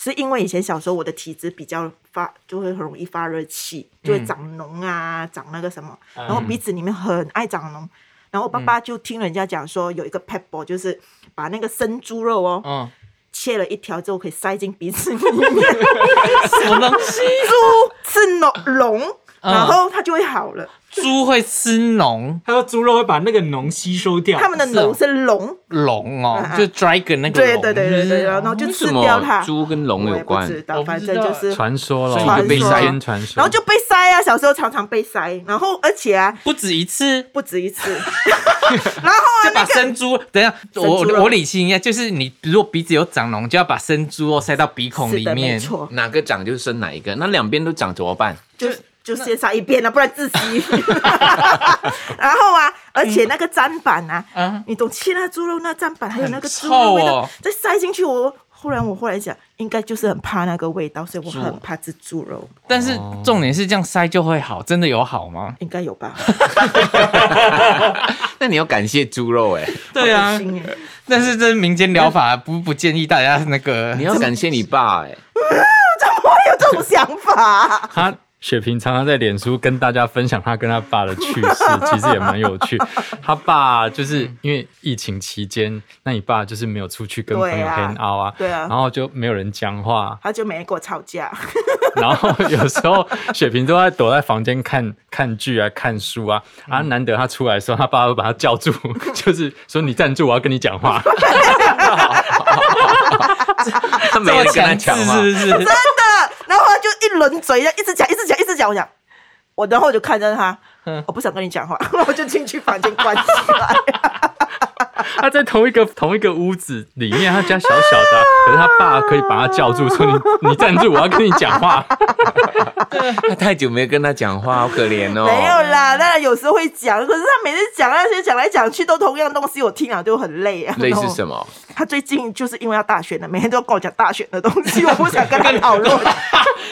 [SPEAKER 4] 是因为以前小时候我的体质比较发，就会很容易发热气，就会长脓啊，长那个什么，然后鼻子里面很爱长脓。然后我爸爸就听人家讲说有一个 p e p b l 就是把那个生猪肉哦、
[SPEAKER 1] 嗯，
[SPEAKER 4] 切了一条之后可以塞进鼻子里面，
[SPEAKER 1] 什么东西？
[SPEAKER 4] 猪是龙龙，
[SPEAKER 1] 嗯
[SPEAKER 4] 然后它就会好了。
[SPEAKER 1] 猪会吃脓
[SPEAKER 3] 他说猪肉会把那个脓吸收掉。
[SPEAKER 4] 他们的龙是龙，
[SPEAKER 1] 龙哦
[SPEAKER 4] 嗯，嗯
[SPEAKER 1] 就 dragon 那个
[SPEAKER 4] 对
[SPEAKER 1] 龙嗯
[SPEAKER 4] 对对对对，然后就
[SPEAKER 2] 为
[SPEAKER 4] 吃
[SPEAKER 2] 什
[SPEAKER 4] 掉它
[SPEAKER 2] 么。猪跟龙
[SPEAKER 4] 我
[SPEAKER 2] 有
[SPEAKER 4] 也不
[SPEAKER 2] 关？
[SPEAKER 4] 知
[SPEAKER 1] 我
[SPEAKER 4] 道，
[SPEAKER 1] 不
[SPEAKER 4] 反
[SPEAKER 1] 知
[SPEAKER 4] 正
[SPEAKER 1] 道
[SPEAKER 4] 就是，
[SPEAKER 5] 传说
[SPEAKER 2] 所以你
[SPEAKER 5] 了，
[SPEAKER 2] 就被塞
[SPEAKER 5] 间传说，
[SPEAKER 4] 然后就被塞啊，小时候常常被塞，然后而且啊
[SPEAKER 1] 不止一次。
[SPEAKER 4] 不止一 次， 然后啊
[SPEAKER 1] 就把
[SPEAKER 4] 那个
[SPEAKER 1] 生猪，等一下，
[SPEAKER 4] 生
[SPEAKER 1] 我
[SPEAKER 4] 猪肉
[SPEAKER 1] 我理清一下，就是你如果鼻子有长脓，就要把生猪肉塞到鼻孔
[SPEAKER 4] 是
[SPEAKER 1] 里
[SPEAKER 4] 的，没
[SPEAKER 1] 面。
[SPEAKER 4] 错，
[SPEAKER 2] 哪个长就生哪一个，那两边都长怎么办？
[SPEAKER 4] 就就先塞一边了，不然窒 息。然后啊，而且那个砧板啊，
[SPEAKER 1] 嗯，
[SPEAKER 4] 你懂切那猪肉那砧板还有那个
[SPEAKER 1] 很
[SPEAKER 4] 猪肉味
[SPEAKER 1] 臭哦
[SPEAKER 4] 道，再塞进去我。后来我后来想，应该就是很怕那个味道，所以我很怕吃猪肉，
[SPEAKER 1] 但是重点是这样塞就会好，真的有好吗？
[SPEAKER 4] 应该有吧？
[SPEAKER 2] 那你要感谢猪肉哎、
[SPEAKER 1] 对
[SPEAKER 4] 恶
[SPEAKER 1] 啊，
[SPEAKER 4] 心耶
[SPEAKER 1] 但是这是民间疗法，不不建议大家那个
[SPEAKER 2] 你。要感谢你爸 哎、
[SPEAKER 4] 怎么会有这种想法？
[SPEAKER 5] 他雪萍常常在脸书跟大家分享他跟他爸的趣 事，其实也蛮有趣。他爸就是因为疫情期间，那你爸就是没有出去跟朋
[SPEAKER 4] 对
[SPEAKER 5] 友
[SPEAKER 4] 啊
[SPEAKER 5] hang out 啊，
[SPEAKER 4] 对啊
[SPEAKER 5] 然后就没有人讲话，
[SPEAKER 4] 他就没跟我吵架，
[SPEAKER 5] 然后有时候雪萍都在躲在房间看看剧啊、看书啊，
[SPEAKER 4] 嗯
[SPEAKER 5] 啊，难得他出来的时候，他爸会把他叫住， 就是说你站住，我要跟你讲话。
[SPEAKER 2] 他没
[SPEAKER 1] 这
[SPEAKER 2] 人
[SPEAKER 1] 么
[SPEAKER 2] 跟他
[SPEAKER 1] 强
[SPEAKER 2] 抢
[SPEAKER 1] 制
[SPEAKER 2] 嘛。
[SPEAKER 1] 是不 是？
[SPEAKER 4] 然后他就一轮嘴，一直讲，一直讲，一直讲。我讲，我然后我就看着他，我不想跟你讲话， 我就进去房间关起来。
[SPEAKER 5] 他在同一个同一个屋子里面，他家小小的啊、可是他爸可以把他叫住，说你你站住，我要跟你讲话。
[SPEAKER 2] 他太久没跟他讲话，好可怜哦。
[SPEAKER 4] 没有啦，当然有时候会讲，可是他每次讲那些讲来讲去都同样东西，我听了都很累啊。
[SPEAKER 2] 类似什
[SPEAKER 4] 么？
[SPEAKER 2] 么？
[SPEAKER 4] 他最近就是因为要大选了，每天都跟我讲大选的东西，我不想跟他讨论。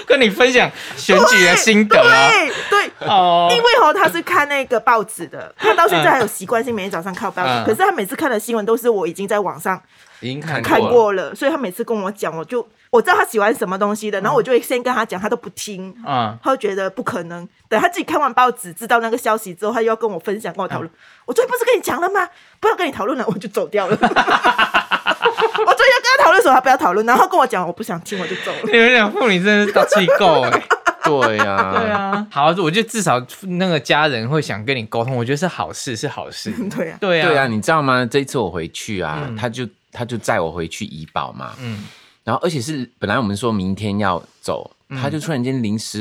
[SPEAKER 1] 跟你分享选举的心得啊。
[SPEAKER 4] 对对，
[SPEAKER 1] 哦
[SPEAKER 4] 因，为哦，他是看那个报纸的，他到现在还有习惯性每天早上看报纸。
[SPEAKER 1] 嗯
[SPEAKER 4] 可是他每次看的新闻都是我已经在网上
[SPEAKER 2] 已经看
[SPEAKER 4] 看
[SPEAKER 2] 了
[SPEAKER 4] 过了，所以他每次跟我讲，我就我知道他喜欢什么东西的，然后我就会先跟他讲，他都不听，
[SPEAKER 1] 嗯，
[SPEAKER 4] 他会觉得不可能。等他自己看完报纸，知道那个消息之后，他又要跟我分享，跟我讨论。我昨天不是跟你讲了吗？不要跟你讨论了，我就走掉了。我昨天要跟他讨论的时候，他不要讨论，然后他跟我讲我不想听，我就走了。
[SPEAKER 1] 你们两父女真的是到气够哎。
[SPEAKER 2] 对呀、对呀、
[SPEAKER 1] 啊，好，我觉得至少那个家人会想跟你沟通，我觉得是好事，是好事。
[SPEAKER 4] 对啊，
[SPEAKER 1] 对啊，
[SPEAKER 2] 对啊，你知道吗？这一次我回去啊，他就他就载我回去怡保嘛，嗯，然后而且是本来我们说明天要走，他就突然间临时，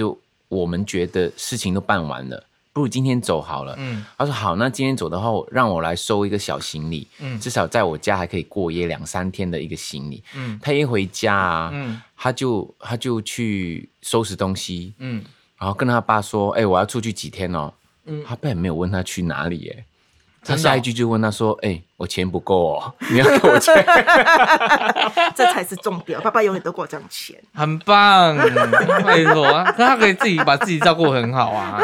[SPEAKER 2] 我们觉得事情都办完了。不如今天走好了。嗯，他说好，那今天走的话，我让我来收一个小行李，嗯，至少在我家还可以过夜两三天的一个行李。嗯，他一回家啊，
[SPEAKER 1] 嗯
[SPEAKER 2] 他就他就去收拾东西，
[SPEAKER 1] 嗯，
[SPEAKER 2] 然后跟他爸说：“哎、我要出去几天哦。”他爸也没有问他去哪里耶、他
[SPEAKER 1] 真的哦
[SPEAKER 2] 下一句就问他说：“哎、我钱不够 哦，你要给我钱。
[SPEAKER 4] 这才是重点。爸爸永远都跟我讲钱。
[SPEAKER 1] 很棒，拜托啊，可他可以自己把自己照顾很好啊，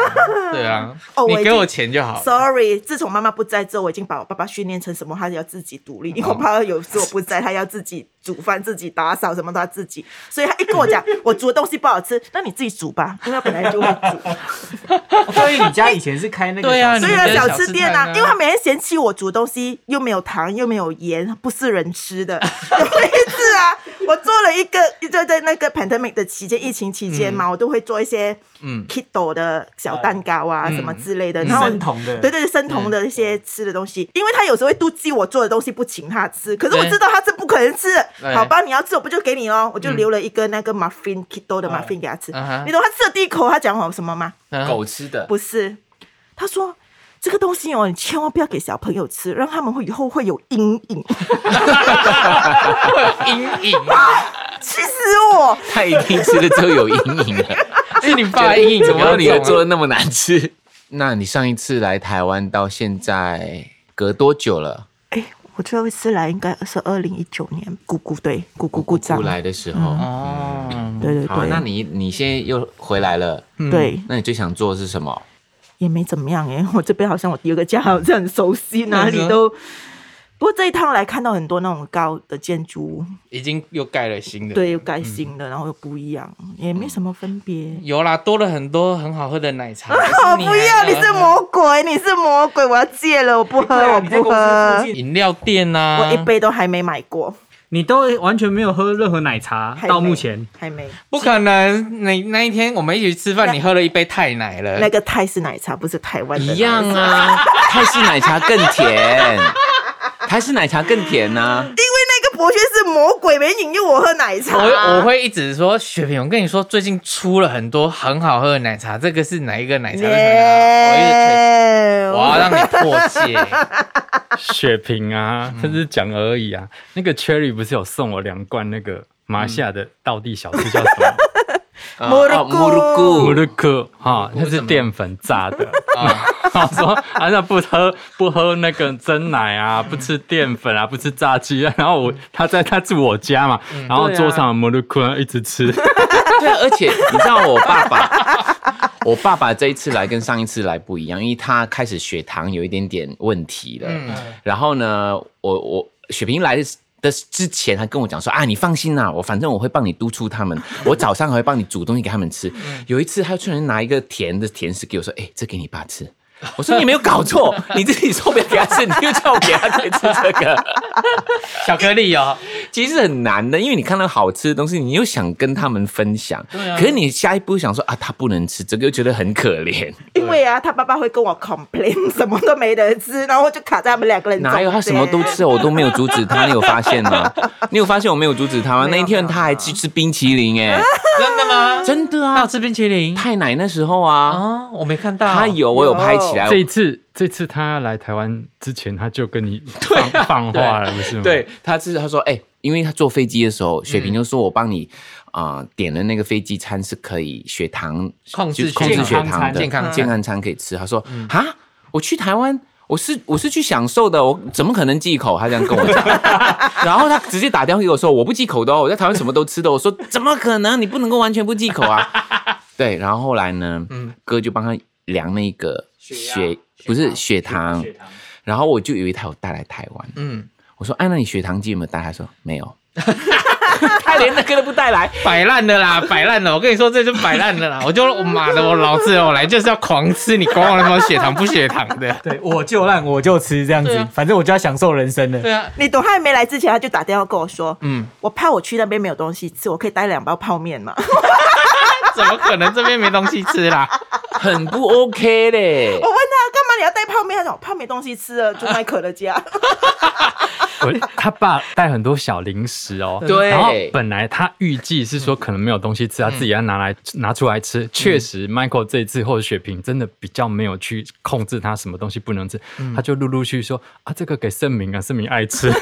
[SPEAKER 1] 对啊
[SPEAKER 4] 哦，我
[SPEAKER 1] 你
[SPEAKER 4] 已经
[SPEAKER 1] 给我钱就好了。
[SPEAKER 4] Sorry，自从妈妈不在之后，我已经把我爸爸训练成什么，他要自己独立。因为我爸爸有时候我不在，他要自己煮饭、自己打扫，什么都他自己。所以他一跟我讲我煮的东西不好吃，那你自己煮吧，因为他本来就会煮。
[SPEAKER 3] 所以你家以前是开那个
[SPEAKER 1] 对啊
[SPEAKER 3] 小
[SPEAKER 4] 所
[SPEAKER 1] 你
[SPEAKER 4] 以
[SPEAKER 1] 们
[SPEAKER 4] 呢
[SPEAKER 1] 的
[SPEAKER 4] 小
[SPEAKER 1] 小
[SPEAKER 4] 吃
[SPEAKER 1] 吃
[SPEAKER 4] 店
[SPEAKER 1] 摊
[SPEAKER 4] 啊，
[SPEAKER 1] 啊
[SPEAKER 4] 因为他每天嫌弃我煮的东西又没有糖又没有盐，不是人吃 的。有一次啊，我做了一个在在那个 pandemic 的期间，疫情期间嘛，我都会做一些
[SPEAKER 1] 嗯
[SPEAKER 4] kiddo 的小蛋糕啊、什么之类的，然后
[SPEAKER 3] 生酮的，
[SPEAKER 4] 对对对，生酮
[SPEAKER 1] 嗯
[SPEAKER 4] 的一些吃的东西，因为他有时候会妒忌我做的东西不请他吃，可是我
[SPEAKER 1] 对
[SPEAKER 4] 知道他是不可能吃的
[SPEAKER 1] 对，
[SPEAKER 4] 好吧，你要吃我不就给你咯，我就留了一个那个 muffin kiddo 的 muffin 给他吃，
[SPEAKER 1] 嗯哼
[SPEAKER 4] 你懂他吃了第一口他讲我什么吗？
[SPEAKER 1] 嗯
[SPEAKER 2] 狗吃的，
[SPEAKER 4] 不是，他说。这个东西哦，你千万不要给小朋友吃，让他们会以后会有阴影，
[SPEAKER 1] 会有阴影，啊
[SPEAKER 4] 气死我！
[SPEAKER 2] 他一定吃了之后有阴影啊了。
[SPEAKER 1] 是你爸的阴影
[SPEAKER 2] 怎
[SPEAKER 1] 比较
[SPEAKER 2] 么
[SPEAKER 1] 重
[SPEAKER 2] 你又
[SPEAKER 1] 啊
[SPEAKER 2] 做的那么难吃？ 那你上一次来台湾到现在隔多久了？
[SPEAKER 4] 哎，我最后一次来应该是二零一九年，咕咕对，咕咕鼓掌
[SPEAKER 2] 不，来的时候，
[SPEAKER 1] 哦，
[SPEAKER 4] 对对嗯
[SPEAKER 2] 好，那
[SPEAKER 4] 对，
[SPEAKER 2] 你你现在又回来了，
[SPEAKER 4] 对，
[SPEAKER 2] 那你最想做的是什么？
[SPEAKER 4] 也没怎么样哎、我这边好像我第二个家好像很熟悉，哪里都。不过这一趟来看到很多那种高的建筑物，
[SPEAKER 1] 已经又盖了新的。
[SPEAKER 4] 对，又改新的，然后又不一样，也没什么分别。
[SPEAKER 1] 有啦，多了很多很好喝的奶 茶。
[SPEAKER 4] 我
[SPEAKER 1] 我
[SPEAKER 4] 不要，你是魔鬼，你是魔鬼，我要戒了，我不喝，
[SPEAKER 3] 对啊
[SPEAKER 4] 我
[SPEAKER 3] 你在
[SPEAKER 4] 不
[SPEAKER 3] 公司
[SPEAKER 4] 喝
[SPEAKER 3] 附，近
[SPEAKER 1] 饮料店啊，
[SPEAKER 4] 我一杯都还没买过，
[SPEAKER 3] 你都完全没有喝任何奶
[SPEAKER 2] 啊
[SPEAKER 3] 茶
[SPEAKER 4] 还，没
[SPEAKER 3] 到目前
[SPEAKER 4] 还没。
[SPEAKER 1] 不可能。你那一天我们一起吃饭，
[SPEAKER 4] 那
[SPEAKER 1] 你喝了一杯太奶了，
[SPEAKER 4] 那个泰式奶茶不是台湾的奶
[SPEAKER 2] 一样 啊，泰式奶茶更甜，泰式奶茶更甜啊呐、
[SPEAKER 4] 因为那个博学是魔鬼，没引诱我喝奶茶。
[SPEAKER 1] 我我会一直说雪萍，我跟你说，最近出了很多很好喝的奶茶，这个是哪一个奶
[SPEAKER 2] 哎
[SPEAKER 1] 茶？那个奶茶我一直推，
[SPEAKER 4] 耶
[SPEAKER 1] 我要让你破戒。
[SPEAKER 5] 血瓶
[SPEAKER 2] 嗯
[SPEAKER 5] 啊，这是讲而已啊。那个 Cherry 不是有送我两罐那个马来西亚的道地小吃叫什么？
[SPEAKER 2] 啊。
[SPEAKER 4] 摩洛
[SPEAKER 2] 哦
[SPEAKER 4] 哥
[SPEAKER 2] 摩洛
[SPEAKER 5] 布
[SPEAKER 2] 哥
[SPEAKER 5] 鲁克
[SPEAKER 2] 哦
[SPEAKER 5] 哈，那是淀粉炸的。 然后说啊，那不喝不喝那个真奶啊，不吃淀粉啊，不吃炸鸡啊。然后我他在他住我家嘛，然后桌上有摩洛克一直吃。
[SPEAKER 2] 嗯对啊，而且你知道我爸爸， 我爸爸这一次来跟上一次来不一样，因为他开始血糖有一点点问题了。然后呢，我我雪萍来的时。的之前，他跟我讲说啊，你放心啦、我反正我会帮你督促他们，我早上还会帮你煮东西给他们吃。有一次，他突然拿一个甜的甜食给我，说：“哎、这给你爸吃。”我说：“你没有搞错，你自己说不要给他吃，你又叫我给他吃这个。”
[SPEAKER 1] 巧克力哦，
[SPEAKER 2] 其实很难的，因为你看到好吃的东西，你又想跟他们分享，
[SPEAKER 4] 啊
[SPEAKER 2] 可是你下一步想说啊，他不能吃这个，又觉得很可 怜，
[SPEAKER 4] 因为啊，他爸爸会跟我 complain，什 么都没得吃，然后就卡在他们两个人中间。
[SPEAKER 2] 哪有他什么都吃，我都没有阻止他，你有发现 吗？你有发现我没有阻止他吗？
[SPEAKER 4] 没
[SPEAKER 2] 那
[SPEAKER 4] 有
[SPEAKER 2] 一天他还去吃冰淇淋、哎，
[SPEAKER 1] 真的吗？
[SPEAKER 2] 真的
[SPEAKER 1] 那我
[SPEAKER 2] 啊，
[SPEAKER 1] 吃冰淇淋
[SPEAKER 2] 太奶那时候
[SPEAKER 4] 哦
[SPEAKER 2] 啊，
[SPEAKER 1] 啊，我没看到。
[SPEAKER 2] 他有我有拍起来
[SPEAKER 5] 这，一次这次他来台湾之前，他就跟你放放话了，不是吗？
[SPEAKER 2] 啊对，他是他说哎、因为他坐飞机的时候，雪萍就说我帮你啊、点了那个飞机餐是可以血糖
[SPEAKER 1] 控制
[SPEAKER 2] 就控制
[SPEAKER 1] 健
[SPEAKER 2] 血
[SPEAKER 1] 康
[SPEAKER 2] 糖
[SPEAKER 1] 餐
[SPEAKER 2] 的
[SPEAKER 1] 健康餐
[SPEAKER 2] 健康餐可以吃。他说啊，我去台湾。我是我是去享受的，我怎么可能忌口？他这样跟我讲， 然后他直接打电话给我说我不忌口的、哦，我在台湾什么都吃的。我说怎么可能？你不能够完全不忌口啊！ 对，然后后来呢，哥就帮他量那个血不是血糖，
[SPEAKER 1] 啊
[SPEAKER 2] 然后我就以为他有带来台湾，
[SPEAKER 1] 嗯，
[SPEAKER 2] 我说：“哎，那你血糖计有没有带？”他说：“没有。” 他连那个都不带来。
[SPEAKER 1] 摆烂的啦， 摆烂的。我跟你说，这就摆烂的啦。我就我妈的，我老子我来就是要狂吃，你管我他妈血糖不血糖的。
[SPEAKER 3] 对，我就烂我就吃这样
[SPEAKER 1] 对
[SPEAKER 3] 子
[SPEAKER 1] 啊，
[SPEAKER 3] 反正我就要享受人生了。
[SPEAKER 1] 对啊，
[SPEAKER 4] 你懂，他还没来之前，他就打电话跟我说：“
[SPEAKER 1] 嗯
[SPEAKER 4] 嗯，我怕我去那边没有东西吃，我可以带两包泡面 嘛。我
[SPEAKER 1] 怎么可能这边没东西吃啦？
[SPEAKER 2] 很不 OK 嘞。
[SPEAKER 3] 哦
[SPEAKER 4] 问他干嘛你要带泡面？他说泡面东西吃了就卖可乐啊家。
[SPEAKER 5] 我他爸带很多小零食哦，
[SPEAKER 2] 对
[SPEAKER 5] 然后本来他预计是说可能没有东西吃，他自己要拿
[SPEAKER 1] 嗯
[SPEAKER 5] 来拿出来吃。确实，Michael 这一次或者雪萍真的比较没有去控制他什么东西不能吃，
[SPEAKER 1] 嗯
[SPEAKER 5] 他就陆陆续续说啊，这个给盛明啊，盛明 爱吃。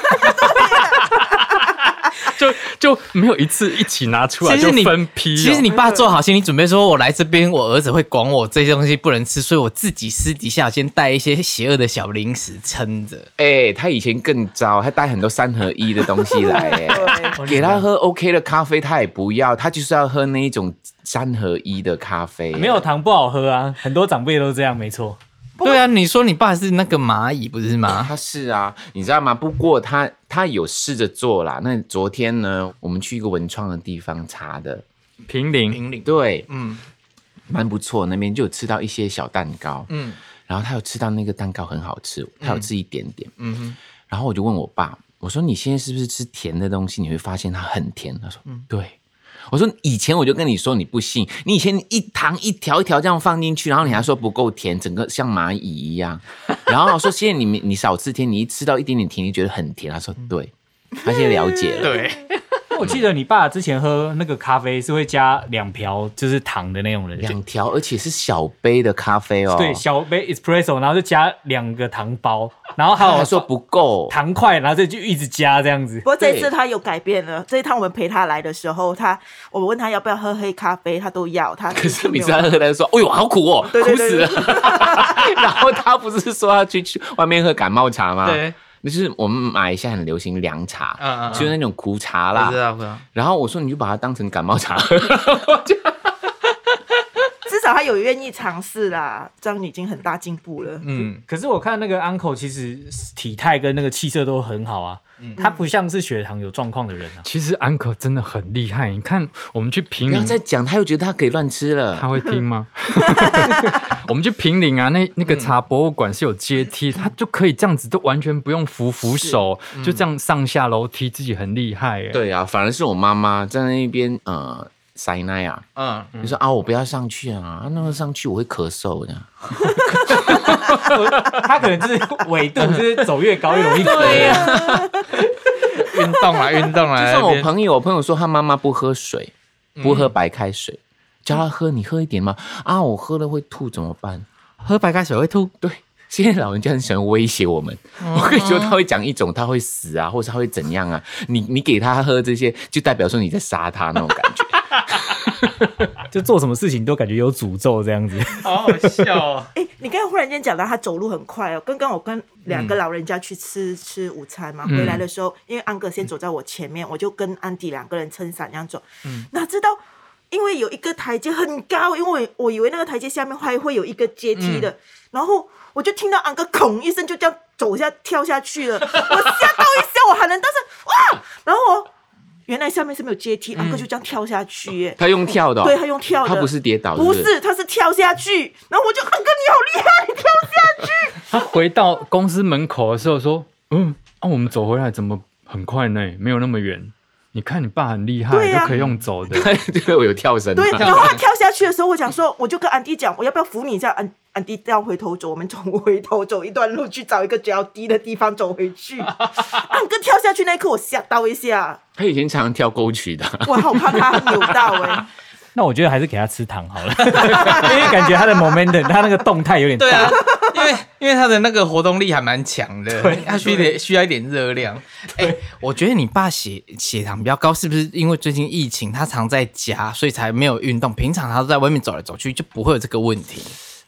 [SPEAKER 5] 就就没有一次一起拿出来，
[SPEAKER 1] 其实
[SPEAKER 5] 就
[SPEAKER 1] 你
[SPEAKER 5] 分批哦、
[SPEAKER 1] 其实你爸做好心理准备，说我来这边，我儿子会管我这些东西不能吃，所以我自己私底下先带一些邪恶的小零食撑着。
[SPEAKER 2] 哎、他以前更糟，他带很多三合一的东西来，
[SPEAKER 3] 哦
[SPEAKER 2] 哎，给他喝 OK 的咖啡他也不要，他就是要喝那一种三合一的咖啡。
[SPEAKER 3] 没有，糖不好喝啊，很多长辈都这样，没错。
[SPEAKER 1] 对啊，你说你爸是那个蚂蚁不是吗？
[SPEAKER 2] 他是啊，你知道吗？不过他他有试着做啦。那昨天呢，我们去一个文创的地方查的，
[SPEAKER 5] 平林
[SPEAKER 1] 引领，
[SPEAKER 2] 对，
[SPEAKER 1] 嗯
[SPEAKER 2] 蛮不错，那边就有吃到一些小蛋糕，
[SPEAKER 1] 嗯
[SPEAKER 2] 然后他有吃到那个蛋糕很好吃，他有吃一点点，
[SPEAKER 1] 嗯哼，
[SPEAKER 2] 然后我就问我爸，我说你现在是不是吃甜的东西？你会发现它很甜。他说，嗯，对。我说以前我就跟你说你不信，你以前一糖一条一条这样放进去，然后你还说不够甜，整个像蚂蚁一样。 然后我说现在你你少吃甜，你一吃到一点点甜，你觉得很甜。他说对，他现在了解了。
[SPEAKER 1] 对，
[SPEAKER 3] 我记得你爸之前喝那个咖啡是会加两瓢就是糖的那种人，
[SPEAKER 2] 两条，而且是小杯的咖啡哦。
[SPEAKER 3] 对，小杯 espresso，然后就加两个糖包，然后还
[SPEAKER 2] 他
[SPEAKER 3] 有
[SPEAKER 2] 啊说不够，
[SPEAKER 3] 糖块，然后这就一直加这样子
[SPEAKER 4] 不。过这
[SPEAKER 2] 对
[SPEAKER 4] 一次他有改变了，这一趟我们陪他来的时候，他我问他要不要喝黑咖啡，他都要。他
[SPEAKER 2] 可是
[SPEAKER 4] 没
[SPEAKER 2] 每
[SPEAKER 4] 有
[SPEAKER 2] 次他喝，他就说：“哎呦，好苦哦，
[SPEAKER 4] 对对
[SPEAKER 2] 苦死了。” 然后他不是说要去去外面喝感冒茶吗？
[SPEAKER 1] 对，
[SPEAKER 2] 那就是我们马来西亚很流行凉茶，
[SPEAKER 1] 嗯嗯嗯啊
[SPEAKER 2] 就是那种苦茶
[SPEAKER 1] 我知
[SPEAKER 2] 啦。
[SPEAKER 1] 道，不知道。
[SPEAKER 2] 然后我说你就把它当成感冒茶喝，
[SPEAKER 4] 至少他有愿意尝试啦，这样已经很大进步了。
[SPEAKER 1] 嗯，
[SPEAKER 3] 可是我看那个 uncle 其实体态跟那个气色都很好啊，他不像是血糖有状况的人 啊。
[SPEAKER 5] 其实安可真的很厉害，你看我们去平
[SPEAKER 2] 不要
[SPEAKER 5] 民，
[SPEAKER 2] 再讲，他又觉得他可以乱吃
[SPEAKER 5] 他
[SPEAKER 2] 了。
[SPEAKER 5] 会听吗？我们去平陵啊，那那个茶博物馆是有阶梯，他就可以这样子，都完全不用扶扶手，就这样上下楼梯，自己很厉害耶。
[SPEAKER 2] 对啊，反而是我妈妈在那边呃塞奶啊，
[SPEAKER 1] 嗯，
[SPEAKER 2] 就说啊我不要上去啊，那么上去我会咳嗽的。
[SPEAKER 3] 他可能就是纬度就是走越高越容易啊咳。对呀，
[SPEAKER 1] 运动啦，运动 啦，
[SPEAKER 2] 就
[SPEAKER 1] 那
[SPEAKER 2] 像我
[SPEAKER 1] 边
[SPEAKER 2] 朋友，我朋友说他妈妈不喝水，
[SPEAKER 4] 嗯
[SPEAKER 2] 不喝白开水，叫他喝，你喝一点嘛。啊，我喝了会吐怎么办？
[SPEAKER 1] 喝白开水会吐，
[SPEAKER 2] 对，现在老人家很喜欢威胁我们。
[SPEAKER 4] 嗯
[SPEAKER 2] 我跟你说，他会讲一种他会死啊，或者他会怎样啊。你你给他喝这些，就代表说你在杀他那种感 觉。
[SPEAKER 3] 就做什么事情都感觉有诅咒这样子。
[SPEAKER 1] 好好笑哦。
[SPEAKER 4] 哎、你刚才忽然间讲到他走路很快哦，刚刚我跟两个老人家去吃、吃午餐嘛，回来的时候，因为安哥先走在我前面，我就跟安迪两个人撑伞这样走，哪知道。因为有一个台阶很高，因为我我以为那个台阶下面还会有一个阶梯的，然后我就听到安哥孔一声就这样走下跳下去了，我吓到一下，我喊了，但是哇，然后我原来下面是没有阶梯，安哥就这样跳下去耶，
[SPEAKER 2] 他用跳的哦、
[SPEAKER 4] 对他用跳的，
[SPEAKER 2] 他不是跌倒，
[SPEAKER 4] 不
[SPEAKER 2] 是
[SPEAKER 4] 是，他是跳下去，然后我就，安哥啊你好厉害，你跳下去，
[SPEAKER 5] 他回到公司门口的时候说：“嗯，啊，我们走回来怎么很快呢？没有那么远。你看你爸很厉害，
[SPEAKER 4] 对啊
[SPEAKER 5] 都可以用走的。
[SPEAKER 2] 是，对，我有跳绳、
[SPEAKER 4] 对，
[SPEAKER 2] 啊。
[SPEAKER 4] 然后他跳下去的时候，我讲说，我就跟安迪讲，我要不要扶你一下，安安迪要回头走，我们从回头走一段路去找一个比较低的地方走回去。 安哥跳下去那一刻，我吓到一下，
[SPEAKER 2] 他以前常常跳沟渠的，
[SPEAKER 4] 我好怕他扭到哎、
[SPEAKER 3] 那我觉得还是给他吃糖好了， 因为感觉他的 momentum，他那个动态有点大。
[SPEAKER 1] 对啊， 因为因为他的那个活动力还蛮强的，他需得需要一点热量。哎、我觉得你爸血血糖比较高，是不是因为最近疫情，他常在家，所以才没有运动？平常他都在外面走来走去，就不会有这个问题。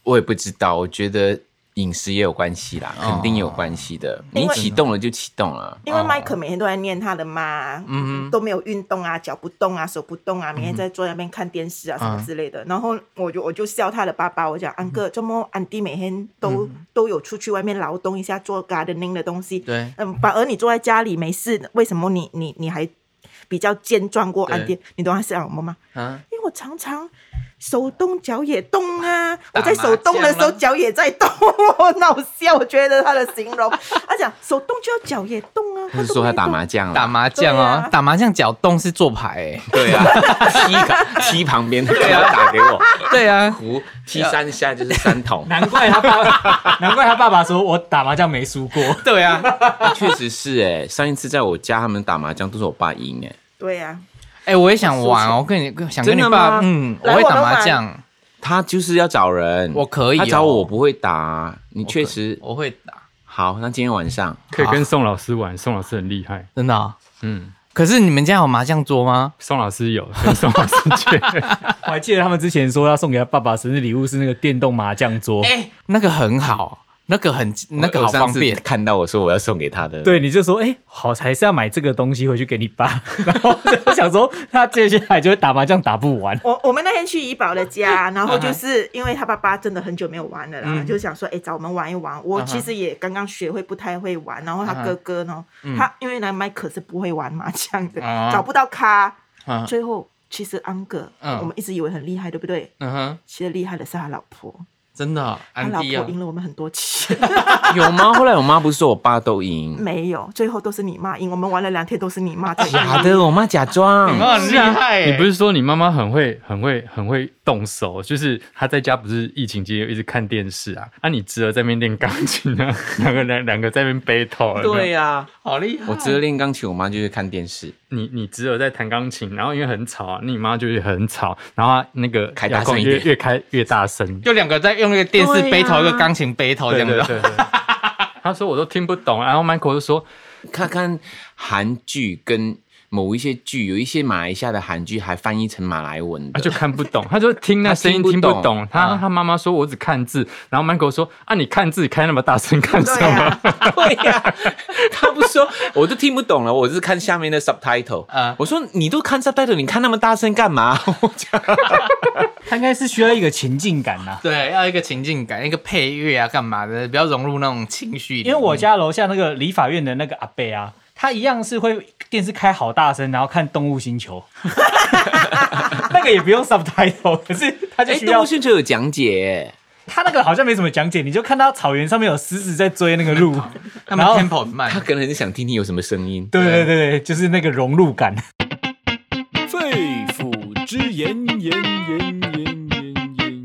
[SPEAKER 2] 我也不知道，我觉得。饮食也有关系啦，
[SPEAKER 4] 哦
[SPEAKER 2] 肯定也有关系的。你启动了就启动了，
[SPEAKER 4] 因为麦克每天都在念他的妈，哦嗯，都没有运动啊，脚不动啊，手不动啊，每天在坐在那边看电视啊、什么之类的。然后我就我就笑他的爸爸，我讲安哥，这么安迪每天都、都有出去外面劳动一下，做 gardening 的东西，
[SPEAKER 1] 对
[SPEAKER 4] 嗯，反而你坐在家里没事，为什么你你你还比较健壮过安迪？你懂他想什么吗？
[SPEAKER 1] 啊，
[SPEAKER 4] 因为我常常手动脚也动啊，
[SPEAKER 1] 打
[SPEAKER 4] 我
[SPEAKER 1] 麻
[SPEAKER 4] 在手动的时
[SPEAKER 1] 将
[SPEAKER 4] 候
[SPEAKER 1] 啊
[SPEAKER 4] 脚也在动，我很好笑，我觉得他的形容，他讲手动就要脚也动啊，
[SPEAKER 2] 他是说他打麻
[SPEAKER 4] 将，
[SPEAKER 2] 将了，
[SPEAKER 1] 打麻将
[SPEAKER 4] 对
[SPEAKER 1] 啊，
[SPEAKER 4] 啊
[SPEAKER 1] 打麻将脚动是做 牌、
[SPEAKER 2] 对啊， 踢卡踢旁边，他要打给我，
[SPEAKER 1] 哎，对啊，
[SPEAKER 2] 胡 踢三下就是三 筒，
[SPEAKER 3] 难怪他爸， 难怪他爸爸说我打麻将没输过。
[SPEAKER 1] 对啊，
[SPEAKER 2] 确实是哎、上一次在我家他们打麻将都是我爸赢哎、
[SPEAKER 4] 对啊呀、
[SPEAKER 1] 哎、我也想玩 哦，我跟你想跟
[SPEAKER 2] 真
[SPEAKER 1] 你
[SPEAKER 2] 的
[SPEAKER 1] 爸
[SPEAKER 2] 吗，
[SPEAKER 1] 嗯，我
[SPEAKER 4] 来
[SPEAKER 1] 会
[SPEAKER 4] 我
[SPEAKER 1] 打
[SPEAKER 4] 们
[SPEAKER 1] 麻
[SPEAKER 4] 玩
[SPEAKER 1] 将，
[SPEAKER 2] 他就是要找人，
[SPEAKER 1] 我可以哦
[SPEAKER 2] 他找我我不会打啊，你确实
[SPEAKER 1] 我会打，
[SPEAKER 2] 好。那今天晚上
[SPEAKER 5] 可以
[SPEAKER 2] 好
[SPEAKER 5] 跟宋老师玩，宋老师很厉害。
[SPEAKER 1] 真的哦、
[SPEAKER 5] 嗯，
[SPEAKER 1] 可是你们家有麻将桌吗？
[SPEAKER 5] 宋老师有跟宋老师借。
[SPEAKER 3] 我还记得他们之前说要送给他爸爸生日礼物是那个电动麻将桌。
[SPEAKER 1] 哎、那个很好，那个很那个
[SPEAKER 2] 我
[SPEAKER 1] 好
[SPEAKER 2] 上
[SPEAKER 1] 方
[SPEAKER 2] 次
[SPEAKER 1] 便，
[SPEAKER 2] 看到我说我要送给他的，，
[SPEAKER 3] 对，你就说，哎、好，还是要买这个东西回去给你爸。 然后我想说，他接下来就会打麻将打不完。
[SPEAKER 4] 我我们那天去怡宝的家，然后就是因为他爸爸真的很久没有玩了啦，就想说，哎、找我们玩一玩。我其实也刚刚学会，不太会玩。然后他哥哥呢，他因为那麦克是不会玩麻将的，
[SPEAKER 1] 啊
[SPEAKER 4] 找不到咖。
[SPEAKER 1] 嗯
[SPEAKER 4] 最后其实安哥，
[SPEAKER 1] 嗯
[SPEAKER 4] 我们一直以为很厉害，对不对？
[SPEAKER 1] 嗯哼，
[SPEAKER 4] 其实厉害的是他老婆。
[SPEAKER 1] 真真的啊，
[SPEAKER 4] 他
[SPEAKER 1] 安
[SPEAKER 4] 老婆
[SPEAKER 1] 迪啊，
[SPEAKER 4] 赢了我们很多钱，
[SPEAKER 2] 有吗？后来我妈不是说我爸都赢，
[SPEAKER 4] 没有，最后都是你妈赢。我们玩了两天都是你妈在 赢。
[SPEAKER 2] 假的，我妈假
[SPEAKER 1] 你
[SPEAKER 2] 装。
[SPEAKER 1] 妈很厉害欸，
[SPEAKER 5] 你不是说你妈妈很会、很会、很会动手？就是她在家不是疫情期间一直看电视啊，那、你侄儿在那边练钢琴啊，两个两两个在那边 battle 啊。
[SPEAKER 2] 对
[SPEAKER 5] 有
[SPEAKER 2] 呀、
[SPEAKER 1] 好厉害？
[SPEAKER 2] 我侄儿练钢琴，我妈就是看电视。
[SPEAKER 5] 没有，你你侄儿在弹钢琴，然后因为很吵、啊，你妈就是很吵，然后她那个
[SPEAKER 2] 开
[SPEAKER 5] 遥
[SPEAKER 2] 大
[SPEAKER 5] 控
[SPEAKER 2] 声一
[SPEAKER 5] 越
[SPEAKER 2] 点
[SPEAKER 5] 越开越大声。
[SPEAKER 1] 就两个在用那个电视
[SPEAKER 4] 对
[SPEAKER 1] 背
[SPEAKER 4] 呀
[SPEAKER 1] 头，一个钢琴背头这
[SPEAKER 5] 对
[SPEAKER 1] 样
[SPEAKER 5] 对
[SPEAKER 1] 子。啊
[SPEAKER 5] 对对。 他说我都听不懂，啊然后 Michael 就说
[SPEAKER 2] 看看韩剧跟某一些剧，有一些马来西亚的韩剧还翻译成马来文
[SPEAKER 5] 啊
[SPEAKER 2] 的，
[SPEAKER 5] 就看不懂，他就听那声
[SPEAKER 2] 他
[SPEAKER 5] 音听
[SPEAKER 2] 听
[SPEAKER 5] 不
[SPEAKER 2] 不懂啊
[SPEAKER 5] 懂。他他妈妈说我只看字，然后 Michael 说啊你看字开那么大声 干什
[SPEAKER 4] 对
[SPEAKER 5] 么？
[SPEAKER 4] 啊，
[SPEAKER 2] 对呀、他不说，我都听不懂了。我是看下面的 subtitle，、
[SPEAKER 1] 啊
[SPEAKER 2] 我说你都看 subtitle，你看那么大声干嘛？ 我讲
[SPEAKER 3] 他应该是需要一个情境感啊呐、
[SPEAKER 1] 对，要一个情境感，一个配乐啊，干嘛的？不要融入那种情绪里面。
[SPEAKER 3] 因为我家楼下那个理法院的那个阿贝啊，他一样是会电视开好大声，然后看《动物星球》，那个也不用 subtitle，可是他就
[SPEAKER 2] 哎，
[SPEAKER 3] 需
[SPEAKER 2] 动
[SPEAKER 3] 要
[SPEAKER 2] 物星球有讲解，
[SPEAKER 3] 他那个好像没什么讲解，你就看到草原上面有狮子在追那个鹿，
[SPEAKER 1] 他们
[SPEAKER 3] 然后
[SPEAKER 1] tempo 很
[SPEAKER 2] 他
[SPEAKER 1] 慢，
[SPEAKER 2] 可能很想听听有什么声音。
[SPEAKER 3] 对对对对，就是那个融入感。
[SPEAKER 6] 肺腑之言，言言言言言言。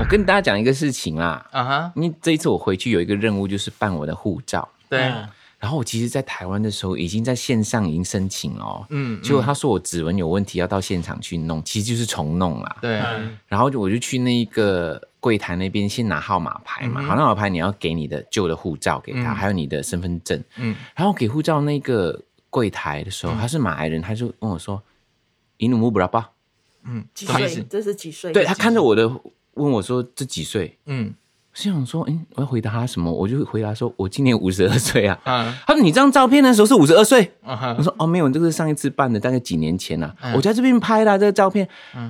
[SPEAKER 2] 我跟大家讲一个事情啦，
[SPEAKER 1] 啊哈，
[SPEAKER 2] 因为这一次我回去有一个任务，就是办我的护照。
[SPEAKER 1] 对，
[SPEAKER 3] 嗯
[SPEAKER 2] 然后我其实，在台湾的时候已经在线上已经申请了哦，
[SPEAKER 1] 嗯，
[SPEAKER 2] 结果他说我指纹有问题，要到现场去弄，其实就是重弄啦。
[SPEAKER 1] 对，嗯
[SPEAKER 3] 嗯
[SPEAKER 2] 然后就我就去那一个柜台那边先拿号码牌嘛，好，那号码牌你要给你的旧的护照给他，还有你的身份证，
[SPEAKER 1] 嗯
[SPEAKER 2] 然后给护照那个柜台的时候，他是马来人，他就跟我说“伊努姆布拉巴
[SPEAKER 1] 嗯，
[SPEAKER 4] 几
[SPEAKER 1] 什么意
[SPEAKER 4] 岁
[SPEAKER 1] 思？？
[SPEAKER 4] 这是几”，岁？
[SPEAKER 2] 对他看着我的问我说这几岁，
[SPEAKER 1] 嗯
[SPEAKER 2] 我心想说，哎、我要回答他什么？我就回答说我今年五十二岁啊。
[SPEAKER 1] 嗯
[SPEAKER 2] 他说你这张照片的时候是五十二岁，
[SPEAKER 1] 嗯
[SPEAKER 2] 我
[SPEAKER 1] 哼，
[SPEAKER 2] 说哦没有，这个是上一次办的，大概几年前了、我在这边拍的啊、这个照片，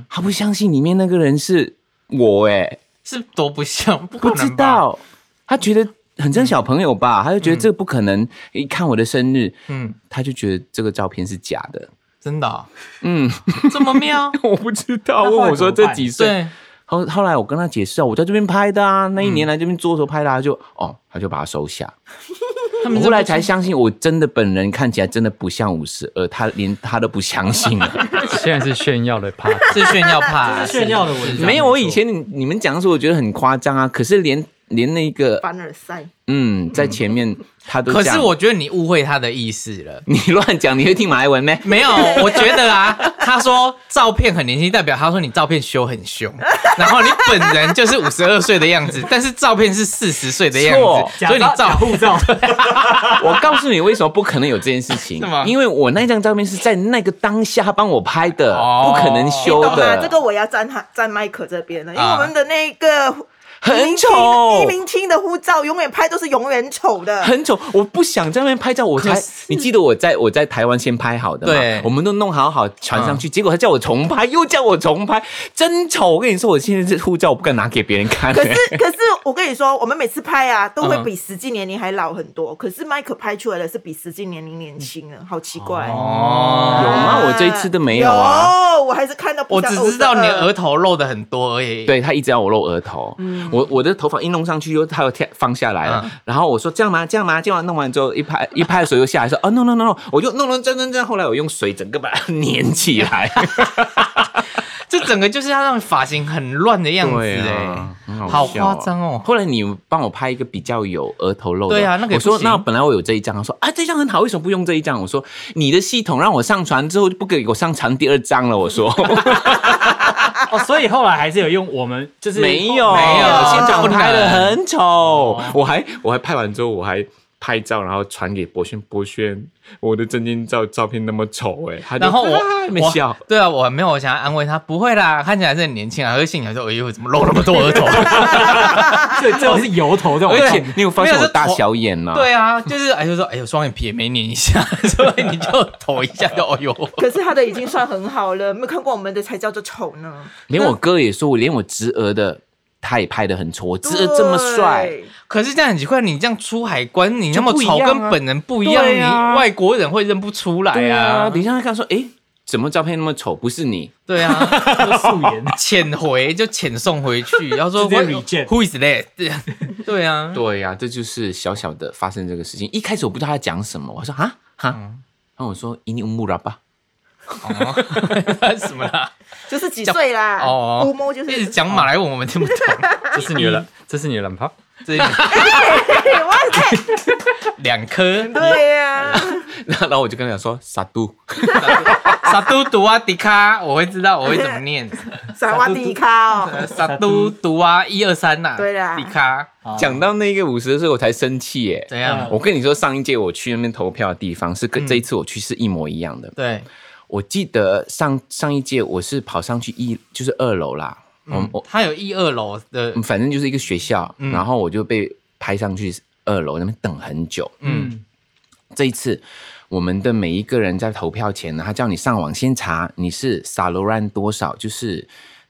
[SPEAKER 2] 他不相信里面那个人是我哎、
[SPEAKER 1] 是多不像，不可
[SPEAKER 2] 不
[SPEAKER 1] 能吧
[SPEAKER 2] 知，道，他觉得很像小朋友吧，他就觉得这不可能。一看我的生日，
[SPEAKER 1] 嗯，
[SPEAKER 2] 他就觉得这个照片是假的。
[SPEAKER 1] 真的哦，
[SPEAKER 2] 嗯，
[SPEAKER 1] 这么妙？
[SPEAKER 2] 我不知
[SPEAKER 3] 那
[SPEAKER 2] 道，啊问
[SPEAKER 3] 后来
[SPEAKER 2] 我
[SPEAKER 3] 怎
[SPEAKER 2] 说
[SPEAKER 3] 么
[SPEAKER 2] 这
[SPEAKER 3] 办
[SPEAKER 2] 几岁。
[SPEAKER 1] 对，
[SPEAKER 2] 后后来我跟他解释啊，我在这边拍的啊，那一年来这边桌头拍的、啊，他就哦，他就把它收 下。我
[SPEAKER 1] 他们
[SPEAKER 2] 后来才相信，我真的本人看起来真的不像五十二，他连他都不相信啊了。
[SPEAKER 5] 现在是炫 耀的 part。
[SPEAKER 1] 是炫耀怕，
[SPEAKER 3] 炫耀的文章
[SPEAKER 2] 没有，我以前你你们讲的时候，我觉得很夸张啊，可是连连那个
[SPEAKER 4] 凡尔赛，
[SPEAKER 2] 嗯，在前面他都
[SPEAKER 1] 可
[SPEAKER 2] 这
[SPEAKER 1] 是
[SPEAKER 2] 样
[SPEAKER 1] 我觉得你误会他的意思了。
[SPEAKER 2] 你乱讲，你会听马来文 咩？
[SPEAKER 1] 没有，我觉得啊，他说照片很年轻，代表他说你照片修很凶，然后你本人就是五十二岁的样子，但是照片是四十岁的样
[SPEAKER 2] 错
[SPEAKER 1] 子，所以你
[SPEAKER 3] 假
[SPEAKER 1] 照
[SPEAKER 3] 护照，
[SPEAKER 2] 我告诉你为什么不可能有这件事情
[SPEAKER 1] 啊 是吗，
[SPEAKER 2] 因为我那张照片是在那个当下他帮我拍的，
[SPEAKER 1] 哦
[SPEAKER 2] 不可能修
[SPEAKER 4] 懂吗？
[SPEAKER 2] 的。
[SPEAKER 4] 这个我要站他站麦克这边了，因为
[SPEAKER 1] 啊
[SPEAKER 4] 我们的那个
[SPEAKER 2] 很丑
[SPEAKER 4] 一零七的护照永远拍都是永远丑的，
[SPEAKER 2] 很丑，我不想在那边拍照，我才
[SPEAKER 1] 可是
[SPEAKER 2] 你记得我在我在台湾先拍好的嘛，
[SPEAKER 1] 对嗯
[SPEAKER 2] 我们都弄好好传上去，结果他叫我重拍，又叫我重拍，真丑！我跟你说，我现在这护照我不敢拿给别人看、
[SPEAKER 4] 可是
[SPEAKER 2] 欸，
[SPEAKER 4] 可是我跟你说，我们每次拍啊，都会
[SPEAKER 1] 嗯
[SPEAKER 4] 比实际年龄还老很多。可是麦克拍出来的是比实际年龄年轻了，好奇怪。
[SPEAKER 1] 哦
[SPEAKER 2] 有吗我这一次都没有啊。
[SPEAKER 4] 有我还是看到不
[SPEAKER 1] 我
[SPEAKER 4] 像
[SPEAKER 1] 只
[SPEAKER 4] 偶像，
[SPEAKER 1] 知道你的额头露的很多而已。，
[SPEAKER 2] 对他一直要我露额头，我我的头发一弄上去又他又跳放下来了，
[SPEAKER 1] 嗯
[SPEAKER 2] 然后我说这样吗？这样吗？这样弄完之后一拍一拍的时候又下来说哦 no no no no，我就弄弄真真真，后来我用水整个把它 粘起 来，
[SPEAKER 1] 这整个就是要让发型很乱的样子
[SPEAKER 2] 对
[SPEAKER 1] 哎
[SPEAKER 2] 啊，很
[SPEAKER 1] 好
[SPEAKER 2] 笑
[SPEAKER 1] 夸
[SPEAKER 2] 啊
[SPEAKER 1] 张哦。
[SPEAKER 2] 后来你帮我拍一个比较有额头露的，
[SPEAKER 1] 对啊那个也
[SPEAKER 2] 我
[SPEAKER 1] 不行
[SPEAKER 2] 说那本来我有这一张，他说啊这张很好，为什么不用这一张？我说你的系统让我上传之后就不给我上传第二张了，我说
[SPEAKER 3] 哦，所以后来还是有用我们就是
[SPEAKER 2] 没有
[SPEAKER 1] 没有
[SPEAKER 2] 现场
[SPEAKER 1] 不能
[SPEAKER 2] 拍的很哦丑，我还我还拍完之后我还。拍照，然后传给博轩。博轩，我的证件照照片那么丑哎、他就
[SPEAKER 1] 然后我
[SPEAKER 2] 啊 没
[SPEAKER 1] 我
[SPEAKER 2] 笑，
[SPEAKER 1] 对啊，我没有，我想要安慰他，不会啦，看起来是很年轻啊。而且你还说，哎呦，怎么露那么多 额头？
[SPEAKER 3] 这这种是油头这种，
[SPEAKER 2] 而且你有发
[SPEAKER 1] 没
[SPEAKER 2] 现
[SPEAKER 1] 有
[SPEAKER 2] 我
[SPEAKER 1] 这
[SPEAKER 2] 大
[SPEAKER 1] 头
[SPEAKER 2] 小眼呐、
[SPEAKER 1] 对啊，就是哎，就说，哎呦，双眼皮也没粘一下， 所以你就抖一下就，哎呦。
[SPEAKER 4] 可是他的已经算很好了，没有看过我们的才叫做丑 呢。
[SPEAKER 2] 连我哥也说，我连我侄儿的他也拍的很丑，我侄儿这么帅，
[SPEAKER 4] 对，
[SPEAKER 1] 可是这样很奇怪，你这样出海关，你那么
[SPEAKER 2] 就不一
[SPEAKER 1] 丑
[SPEAKER 2] 样啊
[SPEAKER 1] 跟本人不一样，
[SPEAKER 2] 对啊
[SPEAKER 1] 你外国人会认不出来
[SPEAKER 2] 对啊，
[SPEAKER 1] 啊。
[SPEAKER 2] 等一下他看说，诶，怎么照片那么丑？不是你，
[SPEAKER 1] 对啊，
[SPEAKER 3] 素 颜，
[SPEAKER 1] 遣回就遣送回去，然后说
[SPEAKER 3] 直接
[SPEAKER 1] What-
[SPEAKER 3] reject
[SPEAKER 1] Who is that？对啊对啊，
[SPEAKER 2] 对呀、这就是小小的发生这个事情。一开始我不知道他在讲什么，我说啊 哈，然后我说伊尼乌木拉吧，
[SPEAKER 1] 哦 什么啦？
[SPEAKER 4] 就是几岁啦？
[SPEAKER 1] 哦
[SPEAKER 4] 乌摸就是
[SPEAKER 1] 一直讲马来文，我们听不懂。
[SPEAKER 5] 这是你的冷，这是你的冷泡，
[SPEAKER 1] 这
[SPEAKER 4] 哇塞，
[SPEAKER 1] 两颗
[SPEAKER 4] 对呀、
[SPEAKER 2] 然后我就跟他讲说傻嘟，
[SPEAKER 1] 沙都毒啊迪卡，我会知道我会怎么念。呃
[SPEAKER 4] 萨瓦迪卡哦，
[SPEAKER 1] 沙都毒啊一二三呐，
[SPEAKER 4] 对啦
[SPEAKER 1] 迪卡
[SPEAKER 2] 讲到那个五十的时候我才生气耶、
[SPEAKER 1] 啊怎样？嗯
[SPEAKER 2] 我跟你说，上一届我去那边投票的地方是跟这一次我去是一模一样的。
[SPEAKER 1] 对，
[SPEAKER 2] 我记得上上一届我是跑上去一就是二楼啦，嗯、我
[SPEAKER 1] 它有一二楼的
[SPEAKER 2] 我，反正就是一个学校，
[SPEAKER 1] 嗯
[SPEAKER 2] 然后我就被拍上去二楼那边等很久。
[SPEAKER 1] 嗯，
[SPEAKER 2] 这一次我们的每一个人在投票前呢，他叫你上网先查你是萨罗兰多少，就是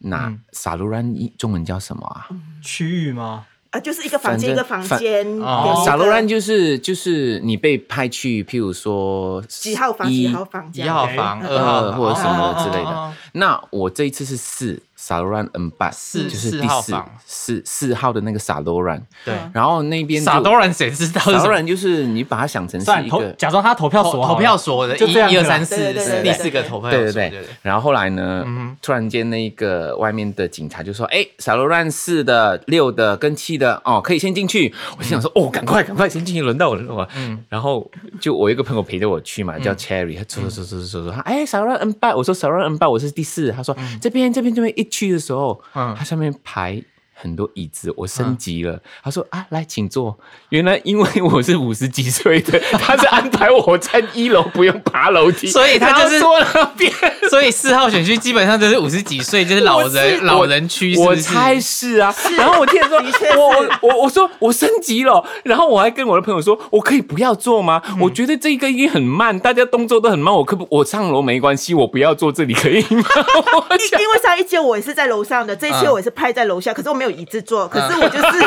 [SPEAKER 1] 嗯
[SPEAKER 2] 哪萨罗兰一中文叫什么啊？
[SPEAKER 3] 区域吗？
[SPEAKER 4] 啊，就是一个房间一
[SPEAKER 2] 反正
[SPEAKER 4] 个房间，
[SPEAKER 1] 哦
[SPEAKER 4] 有一个
[SPEAKER 2] 萨罗兰就是就是你被派去，譬如说
[SPEAKER 4] 几号房
[SPEAKER 2] 一
[SPEAKER 4] 几号房这
[SPEAKER 1] 一
[SPEAKER 4] 样
[SPEAKER 1] 号房、
[SPEAKER 4] 嗯
[SPEAKER 1] 二号房
[SPEAKER 2] 或者什么的之类。
[SPEAKER 1] 哦哦哦哦
[SPEAKER 2] 的
[SPEAKER 1] 哦。
[SPEAKER 2] 那我这一次是四萨罗兰 N 八，
[SPEAKER 1] 四
[SPEAKER 2] 就是
[SPEAKER 1] 四
[SPEAKER 2] 第
[SPEAKER 1] 号
[SPEAKER 2] 四
[SPEAKER 1] 房
[SPEAKER 2] 四四号的那个萨罗兰。
[SPEAKER 1] 对，
[SPEAKER 2] 然后那边就
[SPEAKER 1] 傻多人谁知道
[SPEAKER 2] 萨
[SPEAKER 1] 是什
[SPEAKER 2] 罗
[SPEAKER 1] 么？
[SPEAKER 2] 兰就是你把它想成
[SPEAKER 3] 算
[SPEAKER 2] 是一
[SPEAKER 3] 投，
[SPEAKER 2] 个。
[SPEAKER 3] 假装他投票
[SPEAKER 1] 投
[SPEAKER 2] 哦
[SPEAKER 3] 所好了
[SPEAKER 1] 投票所的，
[SPEAKER 3] 就
[SPEAKER 1] 一
[SPEAKER 3] 这样
[SPEAKER 1] 一
[SPEAKER 3] 子啦
[SPEAKER 1] 二三四
[SPEAKER 4] 对对对
[SPEAKER 1] 第
[SPEAKER 4] 对
[SPEAKER 1] 四个投票所，
[SPEAKER 2] 啊对对对，然后后来呢？突然间，那个外面的警察就说：“哎，萨罗兰四的、六的跟七的哦，可以先进去。”我心想说：“哦，赶快，赶快，先进去，轮到我，轮到我。”然后就我一个朋友陪着我去嘛，叫 Cherry，他走走走走走走，他哎，萨罗兰 N 八，我说萨罗兰 N 八，我是第四。他说这边这边这边一去的时候，
[SPEAKER 1] 嗯
[SPEAKER 2] 他上面排。很多椅子，我升级了。他说啊，来请坐。原来因为我是五十几岁的，他是安排我在一楼不用爬楼梯，
[SPEAKER 1] 所以他就是
[SPEAKER 2] 然哎后坐那 边。
[SPEAKER 1] 所以四号选区基本上都是五十几岁，就是老
[SPEAKER 2] 我
[SPEAKER 1] 人
[SPEAKER 2] 是
[SPEAKER 1] 老人区，是
[SPEAKER 2] 我
[SPEAKER 1] 不是？
[SPEAKER 2] 猜是啊。然后我听说，我我我我说我升级了，然后我还跟我的朋友说，我可以不要做吗？我觉得这个音很慢，大家动作都很慢，我可不我上楼没关系，我不要坐这里可以 吗？我
[SPEAKER 4] 因因为上一届我也是在楼上的，这一届
[SPEAKER 1] 嗯
[SPEAKER 4] 我也是拍在楼下，可是我没有椅子坐，可是我 就是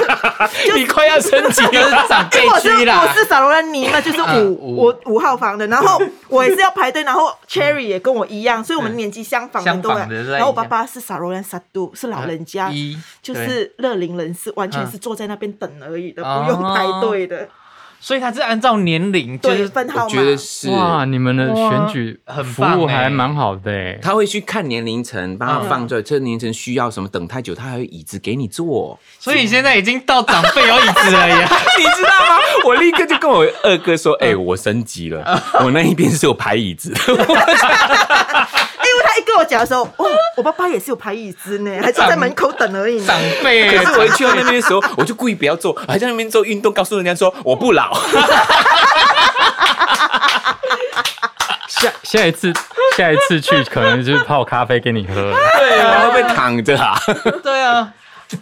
[SPEAKER 2] 想你快要升级
[SPEAKER 1] 就是
[SPEAKER 2] 了，
[SPEAKER 1] 长
[SPEAKER 4] 因
[SPEAKER 1] 辈
[SPEAKER 4] 为我是
[SPEAKER 1] 区啦
[SPEAKER 4] 我。是扫罗兰尼嘛，就是
[SPEAKER 1] 嗯
[SPEAKER 4] 五我五号房的，然后我也是要排队，然后 Cherry 也跟我一样，所以我们年纪相仿
[SPEAKER 1] 相
[SPEAKER 4] 的都
[SPEAKER 1] 仿
[SPEAKER 4] 会。
[SPEAKER 1] 的在一样
[SPEAKER 4] 然后我爸爸是扫罗兰萨杜，是老人家，
[SPEAKER 1] 一啊
[SPEAKER 4] 就是乐龄人士，完全是坐在那边等而已的，
[SPEAKER 1] 嗯
[SPEAKER 4] 不用排队的，
[SPEAKER 1] 所以他是按照年龄，哦就
[SPEAKER 4] 对
[SPEAKER 1] 是
[SPEAKER 4] 分号
[SPEAKER 2] 觉
[SPEAKER 4] 码。
[SPEAKER 2] 得是。
[SPEAKER 5] 哇，你们的选举
[SPEAKER 1] 哇很
[SPEAKER 5] 服
[SPEAKER 1] 棒
[SPEAKER 5] 务
[SPEAKER 1] 欸
[SPEAKER 5] 还蛮好的欸
[SPEAKER 2] 他会去看年龄层，帮他放这这年龄层需要什么，等太久他还有椅子给你坐。
[SPEAKER 1] 所以你现在已经到长辈啊有椅子了呀，
[SPEAKER 2] 你知道吗？我立刻就跟我二哥 说：“哎、我升级了，我那一边是有排椅子的。
[SPEAKER 4] 因为他一跟哎我讲的时候，哦，我爸爸也是有排椅子呢，还坐在门口等而已呢
[SPEAKER 1] 长。 辈。
[SPEAKER 2] 可是我一去到那边的时候，我就故意不要做，还在那边做运动，告诉人家说我不老。
[SPEAKER 5] 下下一次下一次去可能就是泡咖啡给你喝 了。
[SPEAKER 2] 对啊，会不会躺着啊？
[SPEAKER 1] 对啊，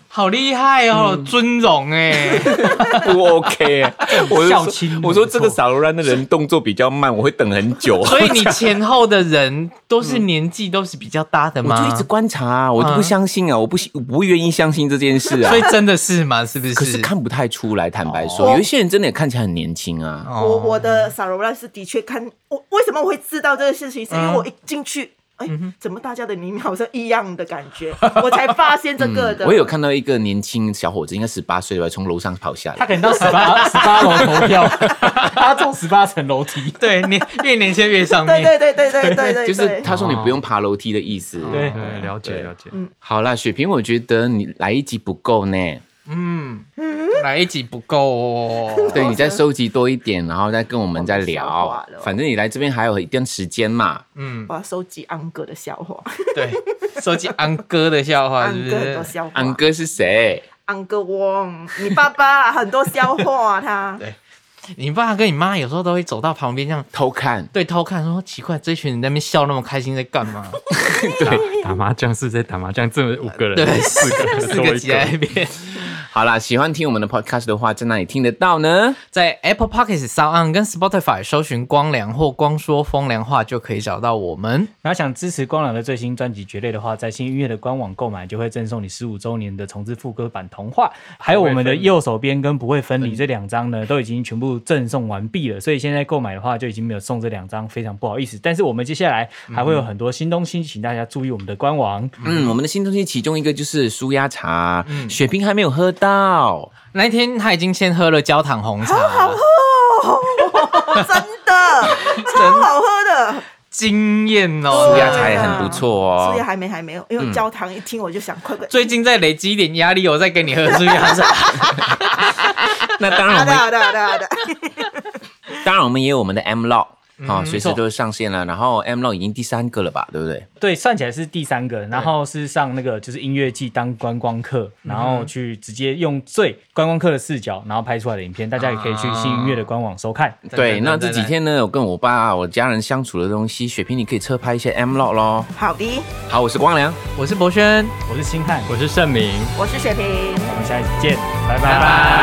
[SPEAKER 1] 好厉害
[SPEAKER 2] 嗯
[SPEAKER 1] 哦，尊荣哎，
[SPEAKER 2] 不 OK 欸。我
[SPEAKER 3] 孝
[SPEAKER 2] 就
[SPEAKER 3] 亲
[SPEAKER 2] 说，我说
[SPEAKER 3] 不错
[SPEAKER 2] 这个萨罗兰的人动作比较慢，我会等很久。
[SPEAKER 1] 所以你前后的人都是年纪都是比较大的
[SPEAKER 2] 我
[SPEAKER 1] 吗？
[SPEAKER 2] 就一直观察啊，我就不相信啊，我不信，我不愿意相信这件事啊
[SPEAKER 1] 所。以真的是吗？是不是？
[SPEAKER 2] 可是看不太出来，坦白说，有一些人真的也看起来很年轻啊。
[SPEAKER 4] 我我的萨罗兰是的确看我为什么我会知道这个事情，
[SPEAKER 2] 嗯
[SPEAKER 4] 是因为我一进去。哎，怎么大家的年龄好像一样的感觉？ 我才发现这个的。
[SPEAKER 2] 嗯我有看到一个年轻小伙子，应该十八岁吧，从楼上跑下
[SPEAKER 3] 他
[SPEAKER 2] 来。
[SPEAKER 3] 可能到十八十八楼投 票，他中十八层楼梯。
[SPEAKER 1] 对，年越年轻越上
[SPEAKER 4] 对
[SPEAKER 1] 面。
[SPEAKER 4] 对对对 对对对，
[SPEAKER 2] 就是他说你
[SPEAKER 5] 哦
[SPEAKER 2] 不用爬楼梯的意思。
[SPEAKER 3] 对
[SPEAKER 5] 对，了解了解。
[SPEAKER 2] 好啦，雪萍，我觉得你来一集不够呢。
[SPEAKER 1] 嗯，来一集不够哦。
[SPEAKER 2] 对，你再收集多一点，然后再嗯跟我们再
[SPEAKER 4] 我们消化
[SPEAKER 2] 聊
[SPEAKER 4] 了。
[SPEAKER 2] 反正你来这边还有一段时间嘛。
[SPEAKER 1] 嗯，
[SPEAKER 4] 我要收集安哥的笑话，
[SPEAKER 1] 对，收集安哥的笑
[SPEAKER 2] 啊
[SPEAKER 1] 话是
[SPEAKER 4] 安
[SPEAKER 1] 不
[SPEAKER 4] 哥的
[SPEAKER 1] 是？
[SPEAKER 4] 笑话，
[SPEAKER 2] 安哥是谁？
[SPEAKER 4] 安哥翁，你爸爸很多笑话 他
[SPEAKER 2] 啊
[SPEAKER 1] 对。你爸跟你妈有时候都会走到旁边这样。
[SPEAKER 2] 偷看，
[SPEAKER 1] 对，偷看说奇怪，这群人在那边笑那么开心，在干 嘛？
[SPEAKER 5] 打打麻将是在打麻将，这么五个人，
[SPEAKER 1] 对，
[SPEAKER 5] 四个人
[SPEAKER 1] 四
[SPEAKER 5] 多
[SPEAKER 1] 个
[SPEAKER 5] 一
[SPEAKER 1] 挤在
[SPEAKER 5] 个。
[SPEAKER 1] 那边。
[SPEAKER 2] 好啦，喜欢听我们的 podcast 的话，在哪里听得到呢？
[SPEAKER 1] 在 Apple Podcasts 上岸跟 Spotify 搜寻“光良”或“光说风凉话”就可以找到我们。
[SPEAKER 3] 然后想支持光良的最新专辑《绝类》的话，在新音乐的官网购买就会赠送你十五周年的重置复刻版《童话》，还有我们的右手边跟不会分离这两张呢，都已经全部赠送完毕了。所以现在购买的话就已经没有送这两张，非常不好意思。但是我们接下来还会有很多新东西，请大家注意我们的官网。
[SPEAKER 2] 嗯，我嗯们的新东西其中一个就是舒压茶，雪冰还没有喝到。
[SPEAKER 1] 那一天他已经先喝了焦糖红茶，
[SPEAKER 4] 哦， 真 的超好喝的，
[SPEAKER 1] 惊艳
[SPEAKER 2] 舒
[SPEAKER 1] 哦！
[SPEAKER 2] 压茶也很不错
[SPEAKER 4] 所以
[SPEAKER 2] 哦。
[SPEAKER 4] 还没还没有，因为焦糖一听我就想快快。
[SPEAKER 1] 最近在累积一点压力，我再给你喝出 压茶。
[SPEAKER 2] 那当然，
[SPEAKER 4] 好
[SPEAKER 2] 我们
[SPEAKER 4] 的好的好的好的，
[SPEAKER 2] 当然我们也有我们的 M Log 啊，随时都会上线了。然后 M Log 已经第三个了吧，对不对？
[SPEAKER 3] 对，算起来是第三个，然后是上那个就是音乐季当观光客，然后去直接用最观光客的视角，然后拍出来的影片，大家也可以去新音乐的官网收看。
[SPEAKER 2] 对，那这几天呢，我跟我爸、我家人相处的东西，雪萍你可以侧拍一些 M Log 咯。
[SPEAKER 4] 好的，
[SPEAKER 2] 好，我是光良，
[SPEAKER 1] 我是博轩，
[SPEAKER 3] 我是星汉，
[SPEAKER 5] 我是盛明。
[SPEAKER 4] 我是雪萍。
[SPEAKER 3] 我们下一次见，拜
[SPEAKER 1] 拜
[SPEAKER 3] 拜
[SPEAKER 1] 拜。